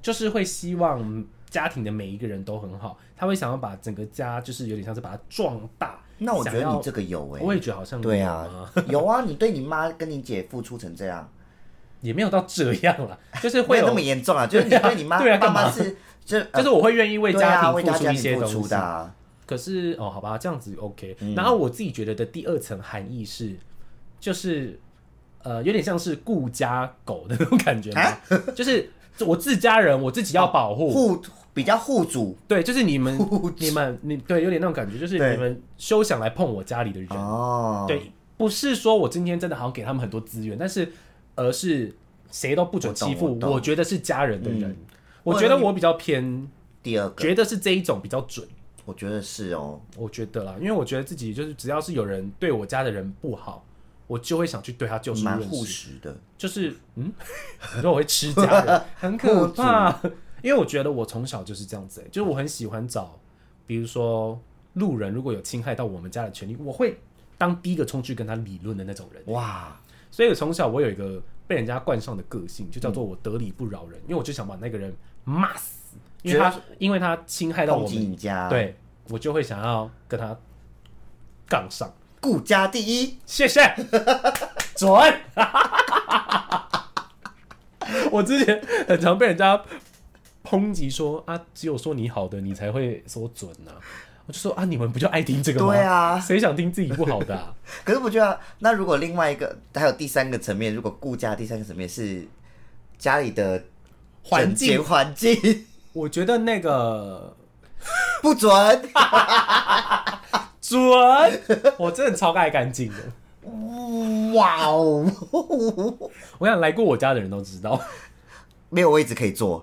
[SPEAKER 1] 就是会希望家庭的每一个人都很好，他会想要把整个家就是有点像是把它壮大。
[SPEAKER 2] 那我觉
[SPEAKER 1] 想
[SPEAKER 2] 得
[SPEAKER 1] 要
[SPEAKER 2] 你这个有
[SPEAKER 1] 我
[SPEAKER 2] 哎，
[SPEAKER 1] 也觉得好像
[SPEAKER 2] 对
[SPEAKER 1] 有
[SPEAKER 2] 啊， 有啊，你对你妈跟你姐付出成这样，
[SPEAKER 1] 也没有到这样啦，就是
[SPEAKER 2] 没
[SPEAKER 1] 会
[SPEAKER 2] 有
[SPEAKER 1] 有
[SPEAKER 2] 那么严重啊，就是你对你妈
[SPEAKER 1] 对啊
[SPEAKER 2] 爸
[SPEAKER 1] 干嘛
[SPEAKER 2] 妈是就呃
[SPEAKER 1] 就是我会愿意为
[SPEAKER 2] 对啊，
[SPEAKER 1] 家
[SPEAKER 2] 为
[SPEAKER 1] 庭付出
[SPEAKER 2] 家
[SPEAKER 1] 一些
[SPEAKER 2] 庭
[SPEAKER 1] 东
[SPEAKER 2] 付
[SPEAKER 1] 西
[SPEAKER 2] 出的啊，
[SPEAKER 1] 可是哦，好吧，这样子 OK。然
[SPEAKER 2] 嗯
[SPEAKER 1] 后我自己觉得的第二层含义是，就是呃，有点像是顾家狗的那种感觉吗？
[SPEAKER 2] 啊
[SPEAKER 1] 就是我自家人，我自己要保护。
[SPEAKER 2] 互比较互主
[SPEAKER 1] 对，就是你们，你们，你对，有点那种感觉，就是你
[SPEAKER 2] 对
[SPEAKER 1] 们休想来碰我家里的人。
[SPEAKER 2] 哦，
[SPEAKER 1] 对，不是说我今天真的好像给他们很多资源，但是而是谁都不准
[SPEAKER 2] 我懂
[SPEAKER 1] 欺负
[SPEAKER 2] 我
[SPEAKER 1] 我，
[SPEAKER 2] 懂嗯
[SPEAKER 1] 觉得是家人的人。
[SPEAKER 2] 或
[SPEAKER 1] 我
[SPEAKER 2] 者
[SPEAKER 1] 觉得
[SPEAKER 2] 你
[SPEAKER 1] 我比较偏，
[SPEAKER 2] 第二个
[SPEAKER 1] 觉得是这一种比较准。
[SPEAKER 2] 我觉得是哦，
[SPEAKER 1] 我觉得啦，因为我觉得自己就是只要是有人对我家的人不好，我就会想去对他就事
[SPEAKER 2] 蛮
[SPEAKER 1] 论
[SPEAKER 2] 护
[SPEAKER 1] 事，
[SPEAKER 2] 食的，
[SPEAKER 1] 就是嗯， 你说我会吃家 人，很可怕。因为我觉得我从小就是这样子、欸，就是我很喜欢找，比如说路人如果有侵害到我们家的权利，我会当第一个冲去跟他理论的那种人。
[SPEAKER 2] 哇，
[SPEAKER 1] 所以我从小我有一个被人家冠上的个性，就叫做我得理不饶人，因为我就想把那个人骂死，因为他因为他侵害到
[SPEAKER 2] 攻
[SPEAKER 1] 我
[SPEAKER 2] 击
[SPEAKER 1] 们
[SPEAKER 2] 你家，，
[SPEAKER 1] 对我就会想要跟他杠上。
[SPEAKER 2] 顾家第一，
[SPEAKER 1] 谢谢， 准。 我之前很常被人家抨击说啊，只有说你好的，你才会说准啊。我就说啊，你们不就爱听这个吗？
[SPEAKER 2] 对啊
[SPEAKER 1] 谁想听自己不好的、 啊？
[SPEAKER 2] 可是我觉得，那如果另外一个还有第三个层面，如果顾家第三个层面是家里的
[SPEAKER 1] 环
[SPEAKER 2] 整洁
[SPEAKER 1] 境，
[SPEAKER 2] 环境
[SPEAKER 1] 我觉得那个
[SPEAKER 2] 不准，
[SPEAKER 1] 准，我真的超爱干净的。
[SPEAKER 2] 哇哦，
[SPEAKER 1] 我想来过我家的人都知道，
[SPEAKER 2] 没有位置可以坐，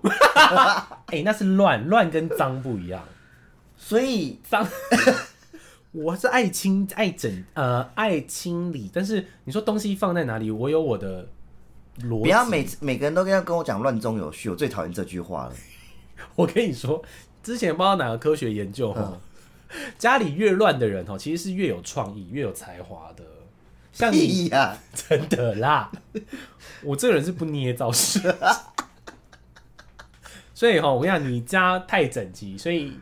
[SPEAKER 1] 哎、那是乱，乱跟脏不一样，
[SPEAKER 2] 所以
[SPEAKER 1] 脏。 我是爱清爱整呃爱清理，但是你说东西放在哪里，我有我的逻
[SPEAKER 2] 不要
[SPEAKER 1] 辑。
[SPEAKER 2] 每次每个人都要跟我讲乱中有序，我最讨厌这句话了。
[SPEAKER 1] 我跟你说，之前不知道哪个科学研究哈，
[SPEAKER 2] 嗯
[SPEAKER 1] 家里越乱的人哈，哦其实是越有创意、越有才华的。像你
[SPEAKER 2] 屁呀、
[SPEAKER 1] 真的啦，我这个人是不捏造事。 所以哈、哦我跟你讲，你家太整齐，所以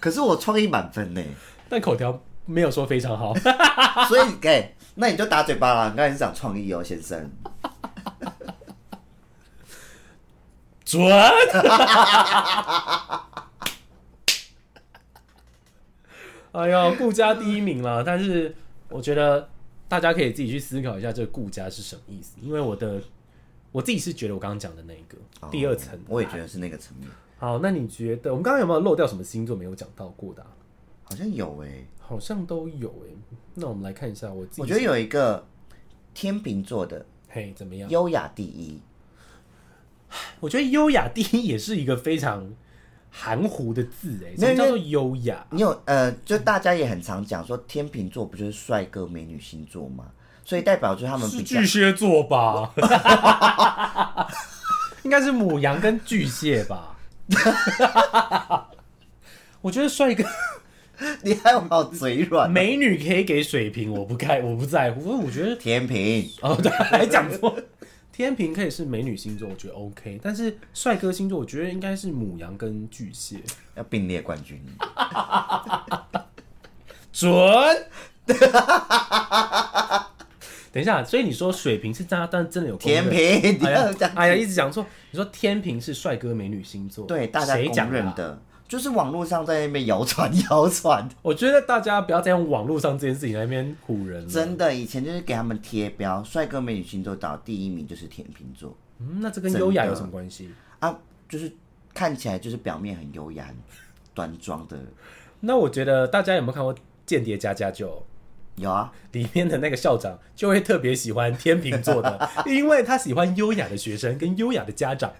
[SPEAKER 2] 可是我创意满 分呢，
[SPEAKER 1] 但口条没有说非常好。
[SPEAKER 2] 所以给、那你就打嘴巴啦。你刚才是讲创意哦，先生。
[SPEAKER 1] 准。 哎呀，顾家第一名了，但是我觉得大家可以自己去思考一下这个顾家是什么意思，因为我的我自己是觉得我刚刚讲的那一个、第二层
[SPEAKER 2] 哦。我也觉得是那个层面，
[SPEAKER 1] 好，那你觉得我们刚刚有没有漏掉什么星座没有讲到过的啊、
[SPEAKER 2] 好像有哎、
[SPEAKER 1] 好像都有诶、那我们来看一下我自己，
[SPEAKER 2] 我觉得有一个天秤座的
[SPEAKER 1] 嘿怎么样？
[SPEAKER 2] 优雅第一，
[SPEAKER 1] 我觉得优雅第一也是一个非常含糊的字诶、什
[SPEAKER 2] 没有
[SPEAKER 1] 么叫
[SPEAKER 2] 因
[SPEAKER 1] 做优雅？
[SPEAKER 2] 你有呃，就大家也很常讲说天秤座不就是帅哥美女星座吗？所以代表就是他们
[SPEAKER 1] 是
[SPEAKER 2] 比较
[SPEAKER 1] 巨蟹座吧？ 应该是母羊跟巨蟹吧？ 我觉得帅哥、
[SPEAKER 2] 你还有没有嘴软？啊
[SPEAKER 1] 美女可以给水瓶，我不该，我不在乎。我觉得
[SPEAKER 2] 天平
[SPEAKER 1] 哦，对，还讲错。天平可以是美女星座，我觉得 OK，但是帅哥星座，我觉得应该是母羊跟巨蟹。
[SPEAKER 2] 要并列冠军，
[SPEAKER 1] 准。等一下，所以你说水瓶是渣，但真的有公认
[SPEAKER 2] 天 平你
[SPEAKER 1] 哎呀
[SPEAKER 2] 要这样，
[SPEAKER 1] 哎呀，一直讲错。你说天平是帅哥美女星座，
[SPEAKER 2] 对大家
[SPEAKER 1] 谁讲
[SPEAKER 2] 公认
[SPEAKER 1] 啊？
[SPEAKER 2] 的，就是网络上在那边谣传谣传，
[SPEAKER 1] 我觉得大家不要再用网络上这件事情在那边唬人了。
[SPEAKER 2] 真的以前就是给他们贴标，帅哥美女星座到第一名就是天秤座
[SPEAKER 1] 嗯，那这跟优雅
[SPEAKER 2] 真
[SPEAKER 1] 有
[SPEAKER 2] 的
[SPEAKER 1] 什么关系？
[SPEAKER 2] 啊，就是看起来就是表面很优雅、很端庄的，
[SPEAKER 1] 那我觉得大家有没有看过《间谍加加酒》？
[SPEAKER 2] 有啊，
[SPEAKER 1] 里面的那个校长就会特别喜欢天秤座 的，因为他喜欢优雅的学生跟优雅的家长，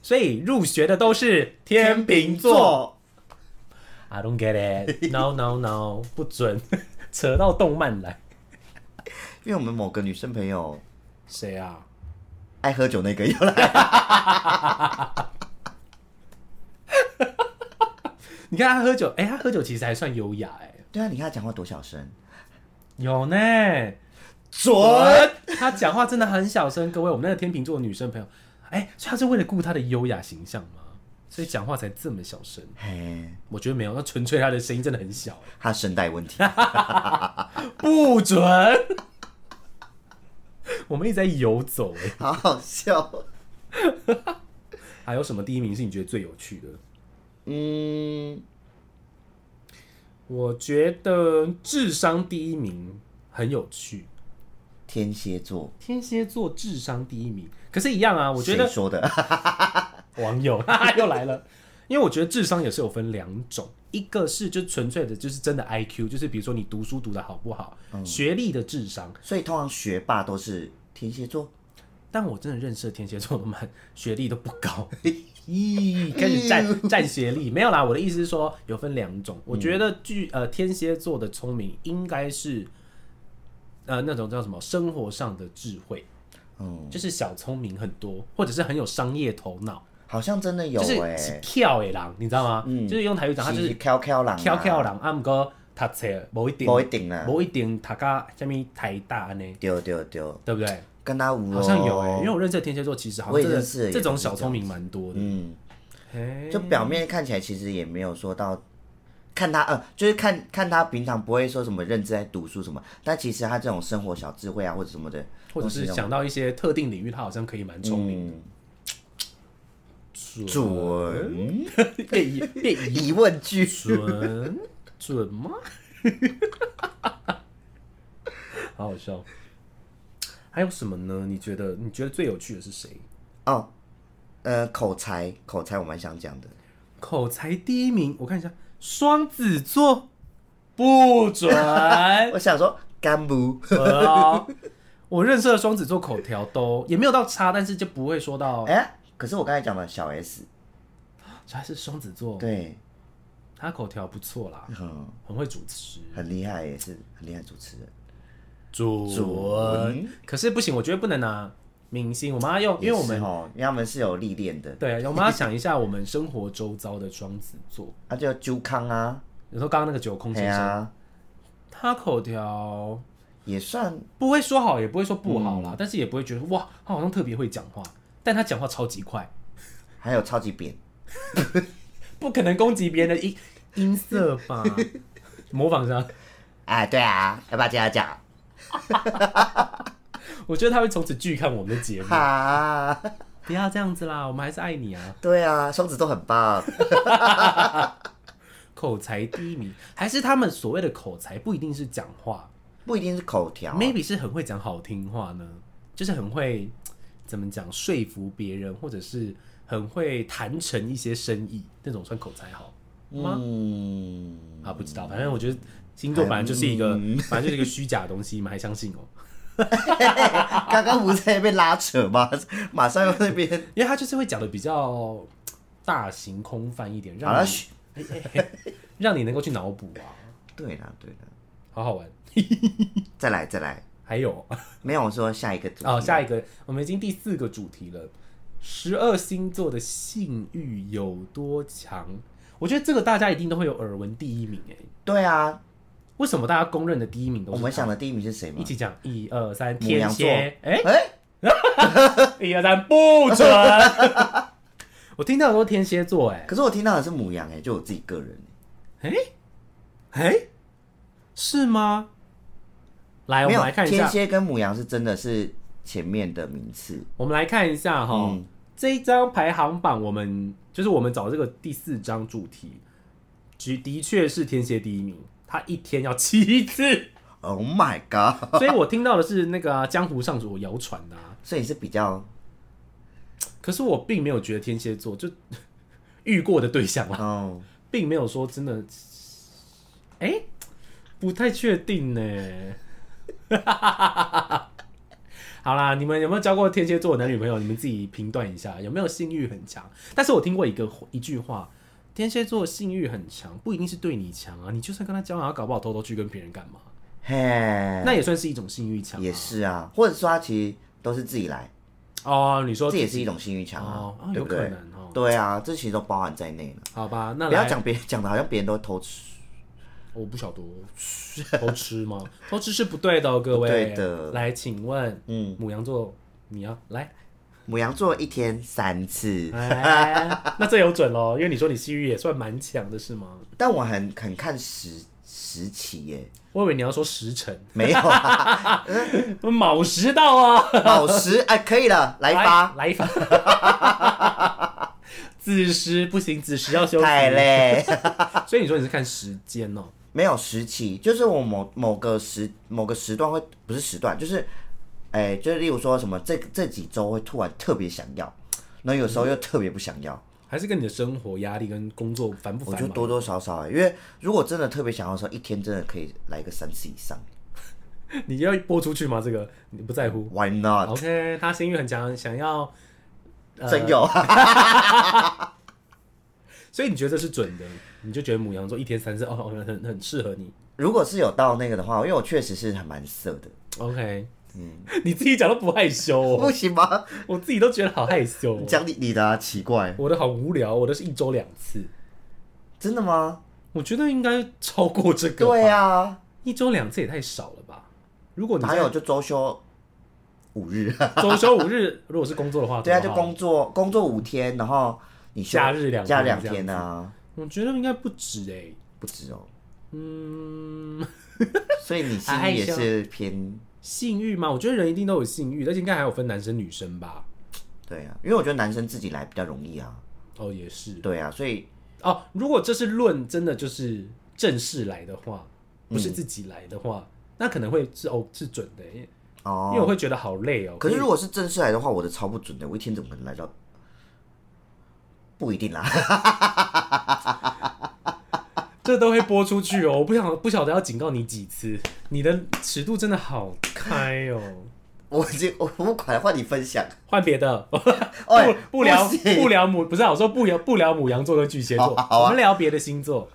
[SPEAKER 1] 所以入学的都是天秤座。I don't get it. No, no, no，不准 扯到动漫来。
[SPEAKER 2] 因为我们某个女生朋友
[SPEAKER 1] 谁啊？
[SPEAKER 2] 爱喝酒那个又来，
[SPEAKER 1] 你看他喝酒，哎、他喝酒其实还算优雅、哎，
[SPEAKER 2] 对啊，你看她讲话多小声，
[SPEAKER 1] 有呢。
[SPEAKER 2] 准
[SPEAKER 1] 他讲话真的很小声，各位，我们那个天秤座的女生朋友，哎、所以他是为了顾她的优雅形象吗？所以讲话才这么小声？
[SPEAKER 2] 嘿，
[SPEAKER 1] 我觉得没有，那纯粹她的声音真的很小，
[SPEAKER 2] 她声带 问题，
[SPEAKER 1] 不准。 我们一直在游走、哎，
[SPEAKER 2] 好好笑。
[SPEAKER 1] 还有什么第一名是你觉得最有趣的？
[SPEAKER 2] 嗯，
[SPEAKER 1] 我觉得智商第一名很有趣，
[SPEAKER 2] 天蝎座，
[SPEAKER 1] 天蝎座智商第一名，可是，一样啊，我觉
[SPEAKER 2] 谁
[SPEAKER 1] 得
[SPEAKER 2] 说的
[SPEAKER 1] 网 友哈哈又来了，因为我觉得智商也是有分两种，一个是就纯粹的，就是真的 I Q，就是比如说你读书读的好不好，学历的智商。
[SPEAKER 2] 所以通常学霸都是天蝎座。
[SPEAKER 1] 但我真的认识的天蝎座的蛮学历都不 高，咦，开始占占学历没有啦。我的意思是说，有分两种，我觉得巨呃天蝎座的聪明应该是呃那种叫什么生活上的智慧，
[SPEAKER 2] 嗯，
[SPEAKER 1] 就是小聪明很多，或者是很有商业头脑，
[SPEAKER 2] 好像真的有
[SPEAKER 1] 就
[SPEAKER 2] 哎、
[SPEAKER 1] 是是跳诶狼，你知道吗？就是用台语讲，他就是
[SPEAKER 2] 是飘飘狼、啊，
[SPEAKER 1] 跳跳人，啊，毋过读册无一定，
[SPEAKER 2] 不一定啊啦，
[SPEAKER 1] 无一定读到什物台大安尼，
[SPEAKER 2] 丢丢丢，
[SPEAKER 1] 对不对？
[SPEAKER 2] 跟他无、
[SPEAKER 1] 好
[SPEAKER 2] 哦、
[SPEAKER 1] 像有欸诶、因为我认识的天蝎座其实好
[SPEAKER 2] 我
[SPEAKER 1] 像
[SPEAKER 2] 也
[SPEAKER 1] 真的
[SPEAKER 2] 认识也
[SPEAKER 1] 这种
[SPEAKER 2] 都是这
[SPEAKER 1] 小
[SPEAKER 2] 样
[SPEAKER 1] 聪明蛮多的。
[SPEAKER 2] 嗯，
[SPEAKER 1] 嘿
[SPEAKER 2] 就表面看起来其实也没有说到。看他呃，就是看看他平常不会说什么认真在读书什么，但其实他这种生活小智慧啊或者什么的，
[SPEAKER 1] 或者是想到一些特定领域，他好像可以蛮聪明。
[SPEAKER 2] 嗯，
[SPEAKER 1] 准
[SPEAKER 2] 准
[SPEAKER 1] 变疑变疑
[SPEAKER 2] 疑问句，
[SPEAKER 1] 准准吗？好好笑。还有什么呢？你觉得你觉得最有趣的是谁？
[SPEAKER 2] 哦，呃，口才，口才我蛮想讲的。
[SPEAKER 1] 口才第一名，我看一下，双子 座不准。
[SPEAKER 2] 我想说干不，
[SPEAKER 1] 哦我认识的双子座口条都也没有到差，但是就不会说到
[SPEAKER 2] 哎、可是我刚才讲的小 S，
[SPEAKER 1] 还是双子座，
[SPEAKER 2] 对，
[SPEAKER 1] 他口条不错啦，
[SPEAKER 2] 嗯，
[SPEAKER 1] 很会主持。
[SPEAKER 2] 很厉害，也是很厉害的主持人。
[SPEAKER 1] 主
[SPEAKER 2] 文
[SPEAKER 1] 可是不行，我觉得不能拿明星，我们要用，因为我们
[SPEAKER 2] 哦，因为他们是有历练的，
[SPEAKER 1] 对，啊我们要想一下我们生活周遭的双子座。
[SPEAKER 2] 他叫朱康啊，
[SPEAKER 1] 你说刚刚那个九空
[SPEAKER 2] 对
[SPEAKER 1] 先生，
[SPEAKER 2] 啊，
[SPEAKER 1] 他口条
[SPEAKER 2] 也算
[SPEAKER 1] 不会说好，也不会说不好啦，但是也不会觉得哇，他好像特别会讲话，但他讲话超级快，
[SPEAKER 2] 还有超级扁，
[SPEAKER 1] 不可能攻击别人的音音色 吧？模仿上，
[SPEAKER 2] 哎，对啊，要不要这样讲？
[SPEAKER 1] 我觉得他会从此拒看我们的节目。
[SPEAKER 2] 哈，
[SPEAKER 1] 不要这样子啦，我们还是爱你啊。
[SPEAKER 2] 对啊，双子都很棒，
[SPEAKER 1] 口才低迷，还是他们所谓的口才不一定是讲话
[SPEAKER 2] 不一定是口条啊，
[SPEAKER 1] ，maybe 是很会讲好听话呢，就是很会怎么讲说服别人，或者是很会谈成一些生意，那种算口才好吗？
[SPEAKER 2] 嗯，
[SPEAKER 1] 啊，不知道，反正我觉得星座 本来就是一个，
[SPEAKER 2] 嗯
[SPEAKER 1] 反正就是一个虚假的东西，你们还相信哦、
[SPEAKER 2] 刚刚不是在被拉扯吗？马上又那 边
[SPEAKER 1] 因为他就是会讲的比较大型空泛一点，
[SPEAKER 2] 好了
[SPEAKER 1] 让，你
[SPEAKER 2] 嘘
[SPEAKER 1] 让你能够去脑补啊，
[SPEAKER 2] 对啦对啦，
[SPEAKER 1] 好好玩。
[SPEAKER 2] 再来再来，
[SPEAKER 1] 还有
[SPEAKER 2] 没有我说下一个主题
[SPEAKER 1] 哦，下一个，我们已经第四个主题了，十二星座的性欲有多强？我觉得这个大家一定都会有耳闻第一名哎，
[SPEAKER 2] 对啊，
[SPEAKER 1] 为什么大家公认的第一名都是
[SPEAKER 2] 我们
[SPEAKER 1] 他
[SPEAKER 2] 想的第一名是谁吗
[SPEAKER 1] 一？起讲一二三
[SPEAKER 2] 母
[SPEAKER 1] 天
[SPEAKER 2] 羊座，
[SPEAKER 1] 蝎，哎、
[SPEAKER 2] 哎
[SPEAKER 1] 一二三不准。 我听到很多天蝎座哎
[SPEAKER 2] 可是我听到的是母羊哎，就我自己个人，
[SPEAKER 1] 哎哎，是吗？来，我们
[SPEAKER 2] 没有
[SPEAKER 1] 来看一
[SPEAKER 2] 天
[SPEAKER 1] 下，
[SPEAKER 2] 蝎跟母羊是真的是前面的名次，
[SPEAKER 1] 我们来看一下哈、
[SPEAKER 2] 嗯
[SPEAKER 1] 这一张排行榜，我们就是我们找这个第四张主题，其的确是天蝎第一名，他一天要七 次，
[SPEAKER 2] Oh my god！
[SPEAKER 1] 所以我听到的是那个啊、江湖上所谣传的、啊，
[SPEAKER 2] 所以是比较
[SPEAKER 1] 可是我并没有觉得天蝎座就 遇过的对象啦，啊
[SPEAKER 2] 哦，
[SPEAKER 1] 并没有说真的，哎、不太确定呢。 好啦，你们有没有交过天蝎座的男女朋友？你们自己评断一下，有没有性欲很强？但是我听过一个一句话，天蝎座性欲很强，不一定是对你强啊，你就算跟他交往，他搞不好偷偷去跟别人干嘛，
[SPEAKER 2] 嘿，
[SPEAKER 1] 那也算是一种性欲强、啊。
[SPEAKER 2] 哎也是啊，或者说他其实都是自己来，
[SPEAKER 1] 哦，你说
[SPEAKER 2] 这也是一种性欲强
[SPEAKER 1] 哦哦，
[SPEAKER 2] 啊对
[SPEAKER 1] 有
[SPEAKER 2] 不
[SPEAKER 1] 可
[SPEAKER 2] 对
[SPEAKER 1] 能？哦。
[SPEAKER 2] 对啊，这其实都包含在内了。
[SPEAKER 1] 好吧，那
[SPEAKER 2] 不要
[SPEAKER 1] 来
[SPEAKER 2] 讲别人讲的，好像别人都偷吃。
[SPEAKER 1] 哦我不晓得 我偷吃吗？偷吃是不对的、哦，各位。
[SPEAKER 2] 不对的
[SPEAKER 1] 来，请问，
[SPEAKER 2] 嗯
[SPEAKER 1] 嗯，母羊座，你要来？
[SPEAKER 2] 母羊座一天三次，
[SPEAKER 1] 哎， 那这有准喽，因为你说你性欲也算蛮强的，是吗？
[SPEAKER 2] 但我很很看时时期耶，
[SPEAKER 1] 我以为你要说时辰，
[SPEAKER 2] 没有 啊，
[SPEAKER 1] 卯时到啊，
[SPEAKER 2] 卯时哎，可以了，来吧，
[SPEAKER 1] 来一发。 子时不行，子时要休息。
[SPEAKER 2] 太累。
[SPEAKER 1] 所以你说你是看时间哦，
[SPEAKER 2] 没有时期，就是我某某个时某个时段会不是时段，就是，哎、就是例如说什么这这几周会突然特别想要，然后有时候又特别不想要，
[SPEAKER 1] 还是跟你的生活压力跟工作烦不
[SPEAKER 2] 我
[SPEAKER 1] 烦
[SPEAKER 2] 就
[SPEAKER 1] 嘛？
[SPEAKER 2] 多多少少、欸，因为如果真的特别想要的时候，一天真的可以来个三次以上
[SPEAKER 1] 你要播出去吗？这个你不在乎
[SPEAKER 2] ，Why not？、
[SPEAKER 1] ？OK，他性欲很强，想要，哦呃
[SPEAKER 2] 真有啊，
[SPEAKER 1] 所以你觉得这是准的，你就觉得母羊座一天三次哦，很很很适合你。
[SPEAKER 2] 如果是有到那个的话，因为我确实是还蛮色的，
[SPEAKER 1] OK，嗯， 你自己讲都不害羞、哦，
[SPEAKER 2] 不行吗？
[SPEAKER 1] 我自己都觉得好害羞、哦。
[SPEAKER 2] 讲你你的、啊、奇怪，
[SPEAKER 1] 我的好无聊，我的是一周两次，
[SPEAKER 2] 真的吗？
[SPEAKER 1] 我觉得应该超过这个。
[SPEAKER 2] 对，啊，
[SPEAKER 1] 一周两次也太少了吧？如果你
[SPEAKER 2] 还有就周休五日。
[SPEAKER 1] 周休五日， 如果是工作的话，
[SPEAKER 2] 对啊，
[SPEAKER 1] 多
[SPEAKER 2] 就
[SPEAKER 1] 哦好
[SPEAKER 2] 工作工作五天，然后你休
[SPEAKER 1] 假日两天
[SPEAKER 2] 假两天啊，
[SPEAKER 1] 我觉得应该不止哎、
[SPEAKER 2] 不止哦。
[SPEAKER 1] 嗯，
[SPEAKER 2] 所以你心
[SPEAKER 1] 哎
[SPEAKER 2] 里也
[SPEAKER 1] 羞
[SPEAKER 2] 是偏
[SPEAKER 1] 性欲嘛，我觉得人一定都有性欲，而且应该还有分男生女生吧？
[SPEAKER 2] 对啊，因为我觉得男生自己来比较容易啊。
[SPEAKER 1] 哦，也是
[SPEAKER 2] 对啊，所以
[SPEAKER 1] 哦。如果这是论真的就是正式来的话，不是自己来的话，那可能会是哦是准的、欸，因为我
[SPEAKER 2] 哦，
[SPEAKER 1] 会觉得好累哦。
[SPEAKER 2] 可是如果是正式来的话，我的超不准的，我一天怎么可能来到？不一定啦，
[SPEAKER 1] 这都会播出去 哦。我不想不晓得要警告你几次，你的尺度真的好开哦。
[SPEAKER 2] 我已经我不管，换你分享。
[SPEAKER 1] 换别的，不
[SPEAKER 2] 哎
[SPEAKER 1] 不聊
[SPEAKER 2] 不行
[SPEAKER 1] 不聊母，不是啊，我说不聊不聊母羊座跟巨蟹座
[SPEAKER 2] 好啊好，啊
[SPEAKER 1] 我们聊别的星座。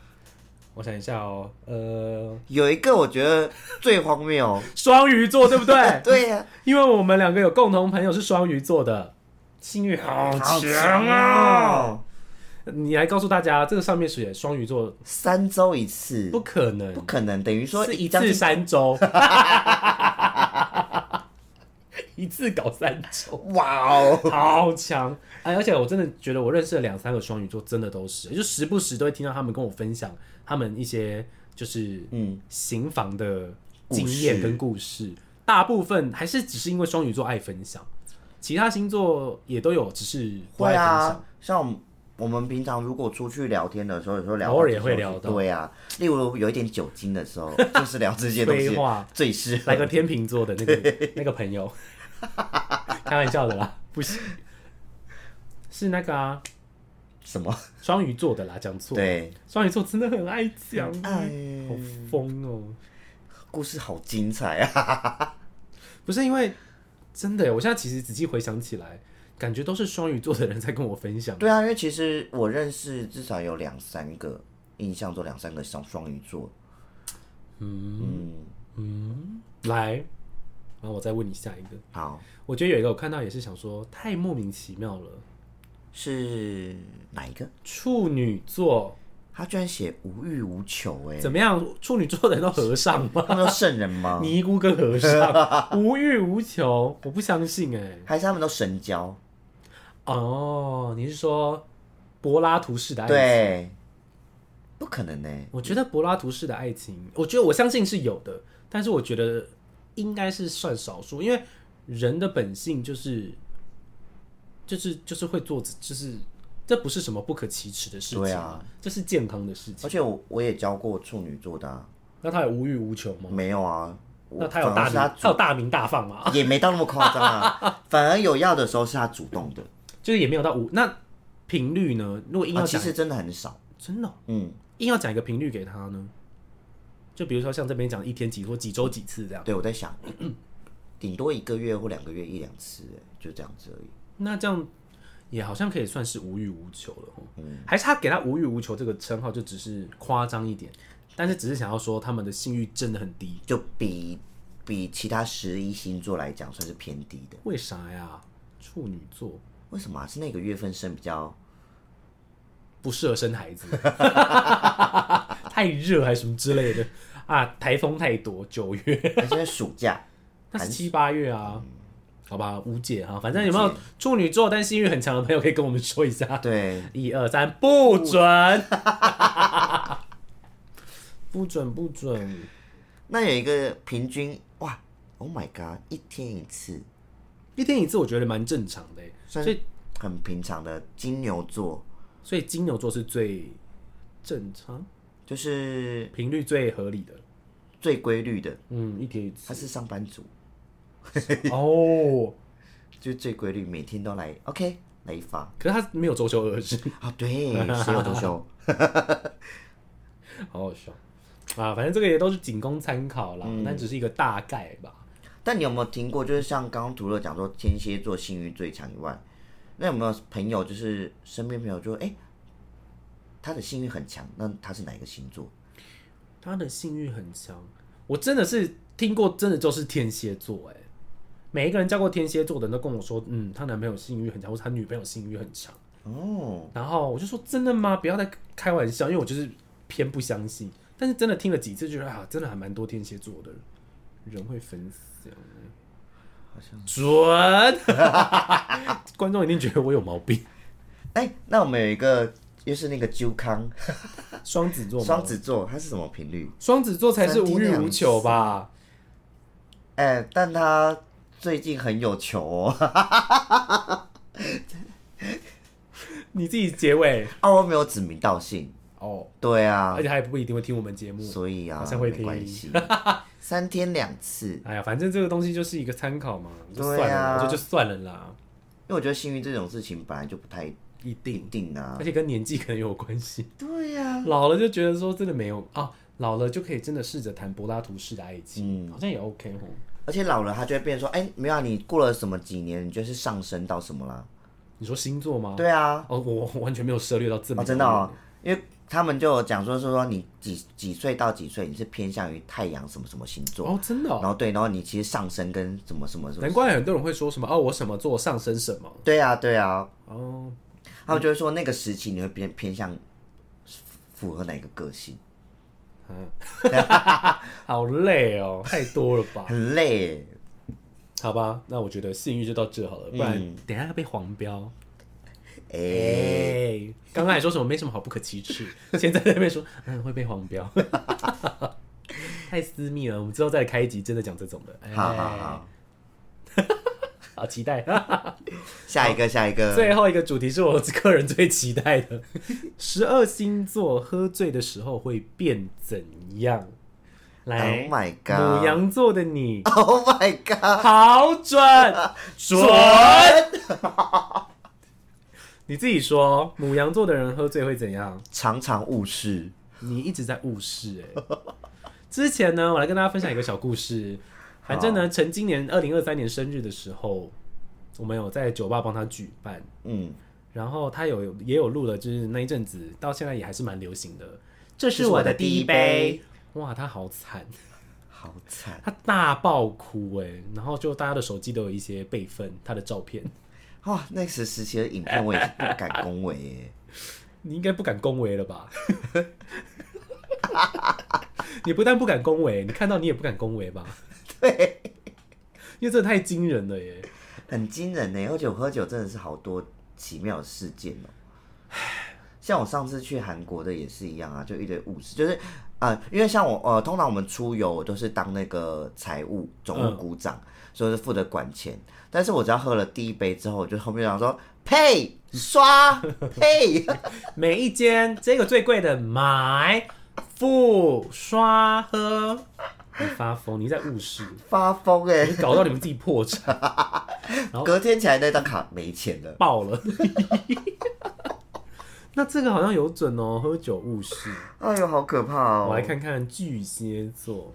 [SPEAKER 1] 我想一下哦，呃，
[SPEAKER 2] 有一个我觉得最荒谬，？
[SPEAKER 1] 双鱼座对不对
[SPEAKER 2] 对啊呀、
[SPEAKER 1] 因为我们两个有共同朋友是双鱼座的，性欲好强啊！！
[SPEAKER 2] 哦
[SPEAKER 1] 你来告诉大家，这个上面写双鱼座
[SPEAKER 2] 三周一次，
[SPEAKER 1] 不
[SPEAKER 2] 不
[SPEAKER 1] 可能，
[SPEAKER 2] 可能，等于说
[SPEAKER 1] 是一
[SPEAKER 2] 张
[SPEAKER 1] 次三 周， 一次搞三周，
[SPEAKER 2] 哇哦，
[SPEAKER 1] 好强！哎，而且我真的觉得我认识了两三个双鱼座，真的都是，就时不时都会听到他们跟我分享他们一些就是
[SPEAKER 2] 嗯，
[SPEAKER 1] 刑房的
[SPEAKER 2] 故
[SPEAKER 1] 经验
[SPEAKER 2] 事
[SPEAKER 1] 跟故事，大部分还是只是因为双鱼座爱分享，其他星座也都有，只是不爱
[SPEAKER 2] 会
[SPEAKER 1] 分
[SPEAKER 2] 啊
[SPEAKER 1] 享。，
[SPEAKER 2] 像我们我们平常如果出去聊天的时候，有时候聊
[SPEAKER 1] 偶尔也会聊到
[SPEAKER 2] 对啊，例如有一点酒精的时候，就是聊这些 东
[SPEAKER 1] 废
[SPEAKER 2] 西
[SPEAKER 1] 话，
[SPEAKER 2] 最适合
[SPEAKER 1] 来。个天秤座的那个那个朋友， 开玩笑的啦，不行，是那个啊，
[SPEAKER 2] 什么？
[SPEAKER 1] 双鱼座的啦，讲错，
[SPEAKER 2] 对，
[SPEAKER 1] 双鱼座真的很爱讲，
[SPEAKER 2] 哎，
[SPEAKER 1] 好疯哦、
[SPEAKER 2] 故事好精彩 啊！
[SPEAKER 1] 不是因为真的耶，我现在其实仔细回想起来，感觉都是双鱼座的人在跟我分享，
[SPEAKER 2] 对啊，因为其实我认识至少有两三个，印象中两三个像双鱼座。嗯
[SPEAKER 1] 来，然后我再问你下一个，
[SPEAKER 2] 好，
[SPEAKER 1] 我觉得有一个我看到也是想说太莫名其妙了，
[SPEAKER 2] 是哪一个？
[SPEAKER 1] 处女座
[SPEAKER 2] 他居然写无欲无求、欸，哎，
[SPEAKER 1] 怎么样？处女座的人都和尚 吗？
[SPEAKER 2] 他们都圣 人吗？
[SPEAKER 1] 尼姑跟和尚无欲无求，我不相信哎、
[SPEAKER 2] 还是他们都神交？
[SPEAKER 1] 哦，你是说柏拉图式的爱情？
[SPEAKER 2] 对，不可能呢、
[SPEAKER 1] 我觉得柏拉图式的爱情，我觉得我相信是有的，但是我觉得应该是算少数，因为人的本性就是，就是就是会做自，就是这不是什么不可启齿的事情
[SPEAKER 2] 对
[SPEAKER 1] 啊
[SPEAKER 2] 啊，
[SPEAKER 1] 这是健康的事情
[SPEAKER 2] 而。且我我也教过处女座的、啊，
[SPEAKER 1] 那他有无欲无求吗？
[SPEAKER 2] 没有啊，我
[SPEAKER 1] 那他有
[SPEAKER 2] 反
[SPEAKER 1] 大
[SPEAKER 2] 而
[SPEAKER 1] 名，
[SPEAKER 2] 是他
[SPEAKER 1] 他有大名大放吗？
[SPEAKER 2] 也没到那么夸张啊，反而有要的时候是他主动的，
[SPEAKER 1] 就是也没有到无那频率呢？如果硬
[SPEAKER 2] 啊、
[SPEAKER 1] 要
[SPEAKER 2] 其
[SPEAKER 1] 讲，
[SPEAKER 2] 实真的很少，
[SPEAKER 1] 真的哦、
[SPEAKER 2] 嗯，
[SPEAKER 1] 硬要讲一个频率给他呢？就比如说像这边讲一天几或几周几次这样，
[SPEAKER 2] 对我在想，顶多一个月或两个月一两次、欸，就这样子而已。
[SPEAKER 1] 那这样也好像可以算是无欲无求了哦。还是他给他无欲无求这个称号，就只是夸张一点，但是只是想要说他们的性欲真的很低，
[SPEAKER 2] 就比比其他十一星座来讲算是偏低的。
[SPEAKER 1] 为啥呀？处女座
[SPEAKER 2] 为什么啊、是那个月份生比较？
[SPEAKER 1] 不适合生孩 子，太热还是什么之类的啊？台风太多，九月
[SPEAKER 2] 还是因为暑假？
[SPEAKER 1] 那是七八月啊。好吧，无解哈、反正有没有处女座但性欲很强的朋友，可以跟我们说一下。
[SPEAKER 2] 对，
[SPEAKER 1] 一二三，不准， 不准，不准。
[SPEAKER 2] 那有一个平均哇，Oh my god，一天一次，
[SPEAKER 1] 一天一次，我觉得蛮正常的欸，
[SPEAKER 2] 算
[SPEAKER 1] 所以
[SPEAKER 2] 很平常的金牛座，
[SPEAKER 1] 所以金牛座是最正常、
[SPEAKER 2] 就是
[SPEAKER 1] 频率最合理的。
[SPEAKER 2] 最规律的。
[SPEAKER 1] 嗯，一天一次
[SPEAKER 2] 他是上班族，
[SPEAKER 1] 哦，
[SPEAKER 2] 就是最规律，每天都来。OK，来一发
[SPEAKER 1] 可是他没有周休二日，
[SPEAKER 2] 啊，对，谁有多休？
[SPEAKER 1] 好好笑啊！反正这个也都是仅供参考啦，但只是一个大概吧。
[SPEAKER 2] 但你有没有听过？就是像刚刚图乐讲说，天蝎座性欲最强以外，那有没有朋友就是身边朋友就哎、诶他的性欲很强，那他是哪一个星座？
[SPEAKER 1] 他的性欲很强，我真的是听过，真的就是天蝎座哎、每一个人交过天蝎座的人都跟我说，嗯，她男朋友性欲很强，或者她女朋友性欲很强。
[SPEAKER 2] 哦，
[SPEAKER 1] 然后我就说真的吗？不要再开玩笑，因为我就是偏不相信。但是真的听了几次，觉得啊，真的还蛮多天蝎座的人人会分享欸，
[SPEAKER 2] 好像
[SPEAKER 1] 准。 观众一定觉得我有毛病。
[SPEAKER 2] 哎、那我们有一个又是那个周康，
[SPEAKER 1] 双子座吗，
[SPEAKER 2] 双子座，他是什么频率？
[SPEAKER 1] 双子座才是无欲无求吧？
[SPEAKER 2] 哎、但他最近很有球哦。
[SPEAKER 1] 你自己结尾
[SPEAKER 2] 啊，我没有指名道姓。
[SPEAKER 1] 哦，
[SPEAKER 2] 对啊
[SPEAKER 1] 而，且他也不一定会听我们节目。
[SPEAKER 2] 所以啊
[SPEAKER 1] 哎好，像会
[SPEAKER 2] 没
[SPEAKER 1] 听
[SPEAKER 2] 关系，三天两次。
[SPEAKER 1] 哎呀，反正这个东西就是一个参考嘛，就
[SPEAKER 2] 对
[SPEAKER 1] 算了啦，
[SPEAKER 2] 啊
[SPEAKER 1] 我说就算了啦，
[SPEAKER 2] 因为我觉得幸运这种事情本来就不太
[SPEAKER 1] 一
[SPEAKER 2] 一
[SPEAKER 1] 定，
[SPEAKER 2] 定啊
[SPEAKER 1] 而。且跟年纪可能有关系。
[SPEAKER 2] 对呀、
[SPEAKER 1] 老了就觉啊得说真的没有啊，老了就可以真的试着谈柏拉图式的爱情，
[SPEAKER 2] 嗯
[SPEAKER 1] 好像也 OK 哦。
[SPEAKER 2] 而且老了他就会变说，哎、没有、啊，你过了什么几年，你就是上升到什么啦？
[SPEAKER 1] 你说星座吗？
[SPEAKER 2] 对啊，
[SPEAKER 1] 哦，我我完全没有涉猎到这么、
[SPEAKER 2] 哦，真的哦，因为他们就有讲说是说你几几岁到几岁，你是偏向于太阳什么什么星座，
[SPEAKER 1] 哦，真的哦、
[SPEAKER 2] 然后对，然后你其实上升跟什么什么什么，
[SPEAKER 1] 难怪很多人会说什么哦，我什么座上升什么
[SPEAKER 2] 对啊对啊，
[SPEAKER 1] 哦，
[SPEAKER 2] 他们就会说那个时期你会偏偏向符合哪个个性，
[SPEAKER 1] 好累哦，太多了 吧？
[SPEAKER 2] 很累，
[SPEAKER 1] 好吧，那我觉得性欲就到这好了，不然
[SPEAKER 2] 嗯
[SPEAKER 1] 等一下要被黄标。
[SPEAKER 2] 哎、
[SPEAKER 1] 哎、刚刚还说什么没什么好不可启齿，现在在那边说嗯会被黄标，太私密了。我们之后再开一集真的讲这种的，哎、
[SPEAKER 2] 好好好，
[SPEAKER 1] 好期待。
[SPEAKER 2] 下一个下一个，
[SPEAKER 1] 最后一个主题是我个人最期待的，十二星座喝醉的时候会变怎样？来
[SPEAKER 2] Oh my god
[SPEAKER 1] 母羊座的你
[SPEAKER 2] Oh my god！
[SPEAKER 1] 好 准准， 你自己说，母羊座的人喝醉会怎样？
[SPEAKER 2] 常常误事，
[SPEAKER 1] 你一直在误事哎、 之前呢，我来跟大家分享一个小故事。反正呢，陈今年二零二三年生日的时候，我们有在酒吧帮他举办，
[SPEAKER 2] 嗯，
[SPEAKER 1] 然后他有也有录了，就是那一阵子到现在也还是蛮流行的。这
[SPEAKER 2] 是我的第一杯，
[SPEAKER 1] 哇，他好惨，
[SPEAKER 2] 好惨，
[SPEAKER 1] 他大爆哭哎、然后就大家的手机都有一些备份他的照片，
[SPEAKER 2] 哇、那时时期的影片我也是不敢恭维耶，
[SPEAKER 1] 你应该不敢恭维了吧？ 你不但不敢恭维，你看到你也不敢恭维吧？
[SPEAKER 2] 对，
[SPEAKER 1] 因为这太惊人了耶！
[SPEAKER 2] 很惊人呢。喝酒喝酒真的是好多奇妙的事件哦、像我上次去韩国的也是一样啊，就一堆误事，就是啊、呃因为像我呃，通常我们出游我都是当那个财务总
[SPEAKER 1] 嗯
[SPEAKER 2] 务股长，所以是负责管钱。但是我只要喝了第一杯之后，我就后面就想说呸刷呸，
[SPEAKER 1] 每一间这个最贵的买付刷喝，你发疯，你在误事，
[SPEAKER 2] 发疯 哎、
[SPEAKER 1] 你搞到你们自己破产
[SPEAKER 2] 隔天起来那张卡没钱了，
[SPEAKER 1] 爆了。 那这个好像有准哦，喝酒误事。
[SPEAKER 2] 哎呦，好可怕哦！
[SPEAKER 1] 我来看看巨蟹座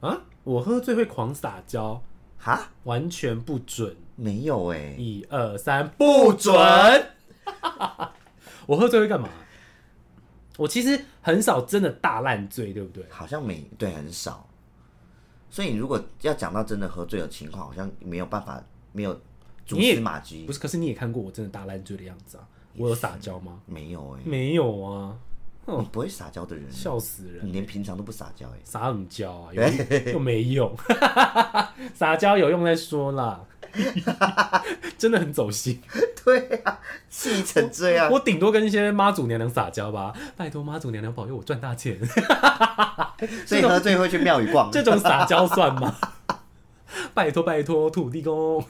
[SPEAKER 1] 啊，我喝醉会狂撒娇，
[SPEAKER 2] 哈，
[SPEAKER 1] 完全不准。
[SPEAKER 2] 没有哎、
[SPEAKER 1] 一二三，
[SPEAKER 2] 不
[SPEAKER 1] 不
[SPEAKER 2] 准
[SPEAKER 1] 准！ 我喝醉会干嘛？我其实很少真的大烂醉，对不对？
[SPEAKER 2] 好像没对很少。所以你如果要讲到真的喝醉的情况，好像没有办法，没有蛛
[SPEAKER 1] 你也
[SPEAKER 2] 丝马迹
[SPEAKER 1] 不，是，可是你也看过我真的大烂醉的样子啊！我有撒娇吗？
[SPEAKER 2] 没有哎、
[SPEAKER 1] 没有啊，
[SPEAKER 2] 你不会撒娇的人，欸
[SPEAKER 1] 笑死人！欸
[SPEAKER 2] 你连平常都不撒娇哎、
[SPEAKER 1] 撒冷娇啊， 有又没用， 撒娇有用再说啦。 真的很走心，
[SPEAKER 2] 对啊，气成这样，
[SPEAKER 1] 我顶多跟一些妈祖娘娘撒娇吧，拜托妈祖娘娘保佑我赚大钱，
[SPEAKER 2] 所以喝醉会去庙宇逛。
[SPEAKER 1] 这种撒娇算吗？ 拜托拜托，土地公，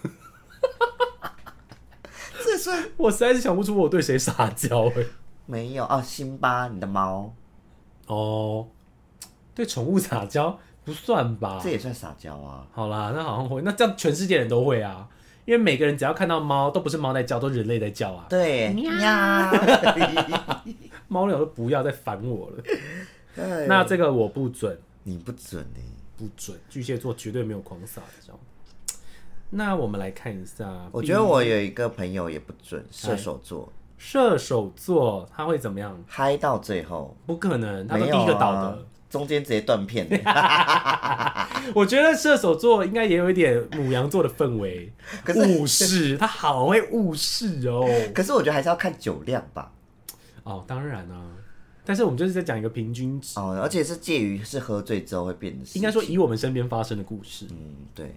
[SPEAKER 2] 这算
[SPEAKER 1] 我实在是想不出我对谁撒娇哎、
[SPEAKER 2] 没有啊？辛巴，你的猫，
[SPEAKER 1] 哦，对宠物撒娇不算吧
[SPEAKER 2] 这？也算撒娇啊？
[SPEAKER 1] 好啦，那好像会，那这样全世界人都会啊，因为每个人只要看到猫，都不是猫在叫，都人类在叫啊。
[SPEAKER 2] 对，
[SPEAKER 3] 喵
[SPEAKER 2] 喵
[SPEAKER 1] 猫鸟都不要再烦我了。
[SPEAKER 2] 哎
[SPEAKER 1] 那这个我不准，
[SPEAKER 2] 你不准哎、
[SPEAKER 1] 不准，巨蟹座绝对没有狂撒娇。那我们来看一下，
[SPEAKER 2] 我觉得我有一个朋友也不准，射手座
[SPEAKER 1] 射手座他会怎么样？
[SPEAKER 2] 嗨到最后，
[SPEAKER 1] 不可能，他都
[SPEAKER 2] 没有
[SPEAKER 1] 第一个倒
[SPEAKER 2] 啊
[SPEAKER 1] 的。，
[SPEAKER 2] 中间直接断 片。
[SPEAKER 1] 我觉得射手座应该也有一点母羊座的氛围，
[SPEAKER 2] 可是
[SPEAKER 1] 误事，他好会误事哦。
[SPEAKER 2] 可是我觉得还是要看酒量吧，
[SPEAKER 1] 哦，当然啊，但是我们就是在讲一个平均值，
[SPEAKER 2] 哦，而且是介于是喝醉之后会变的事情，
[SPEAKER 1] 应该说以我们身边发生的故事，
[SPEAKER 2] 嗯，对，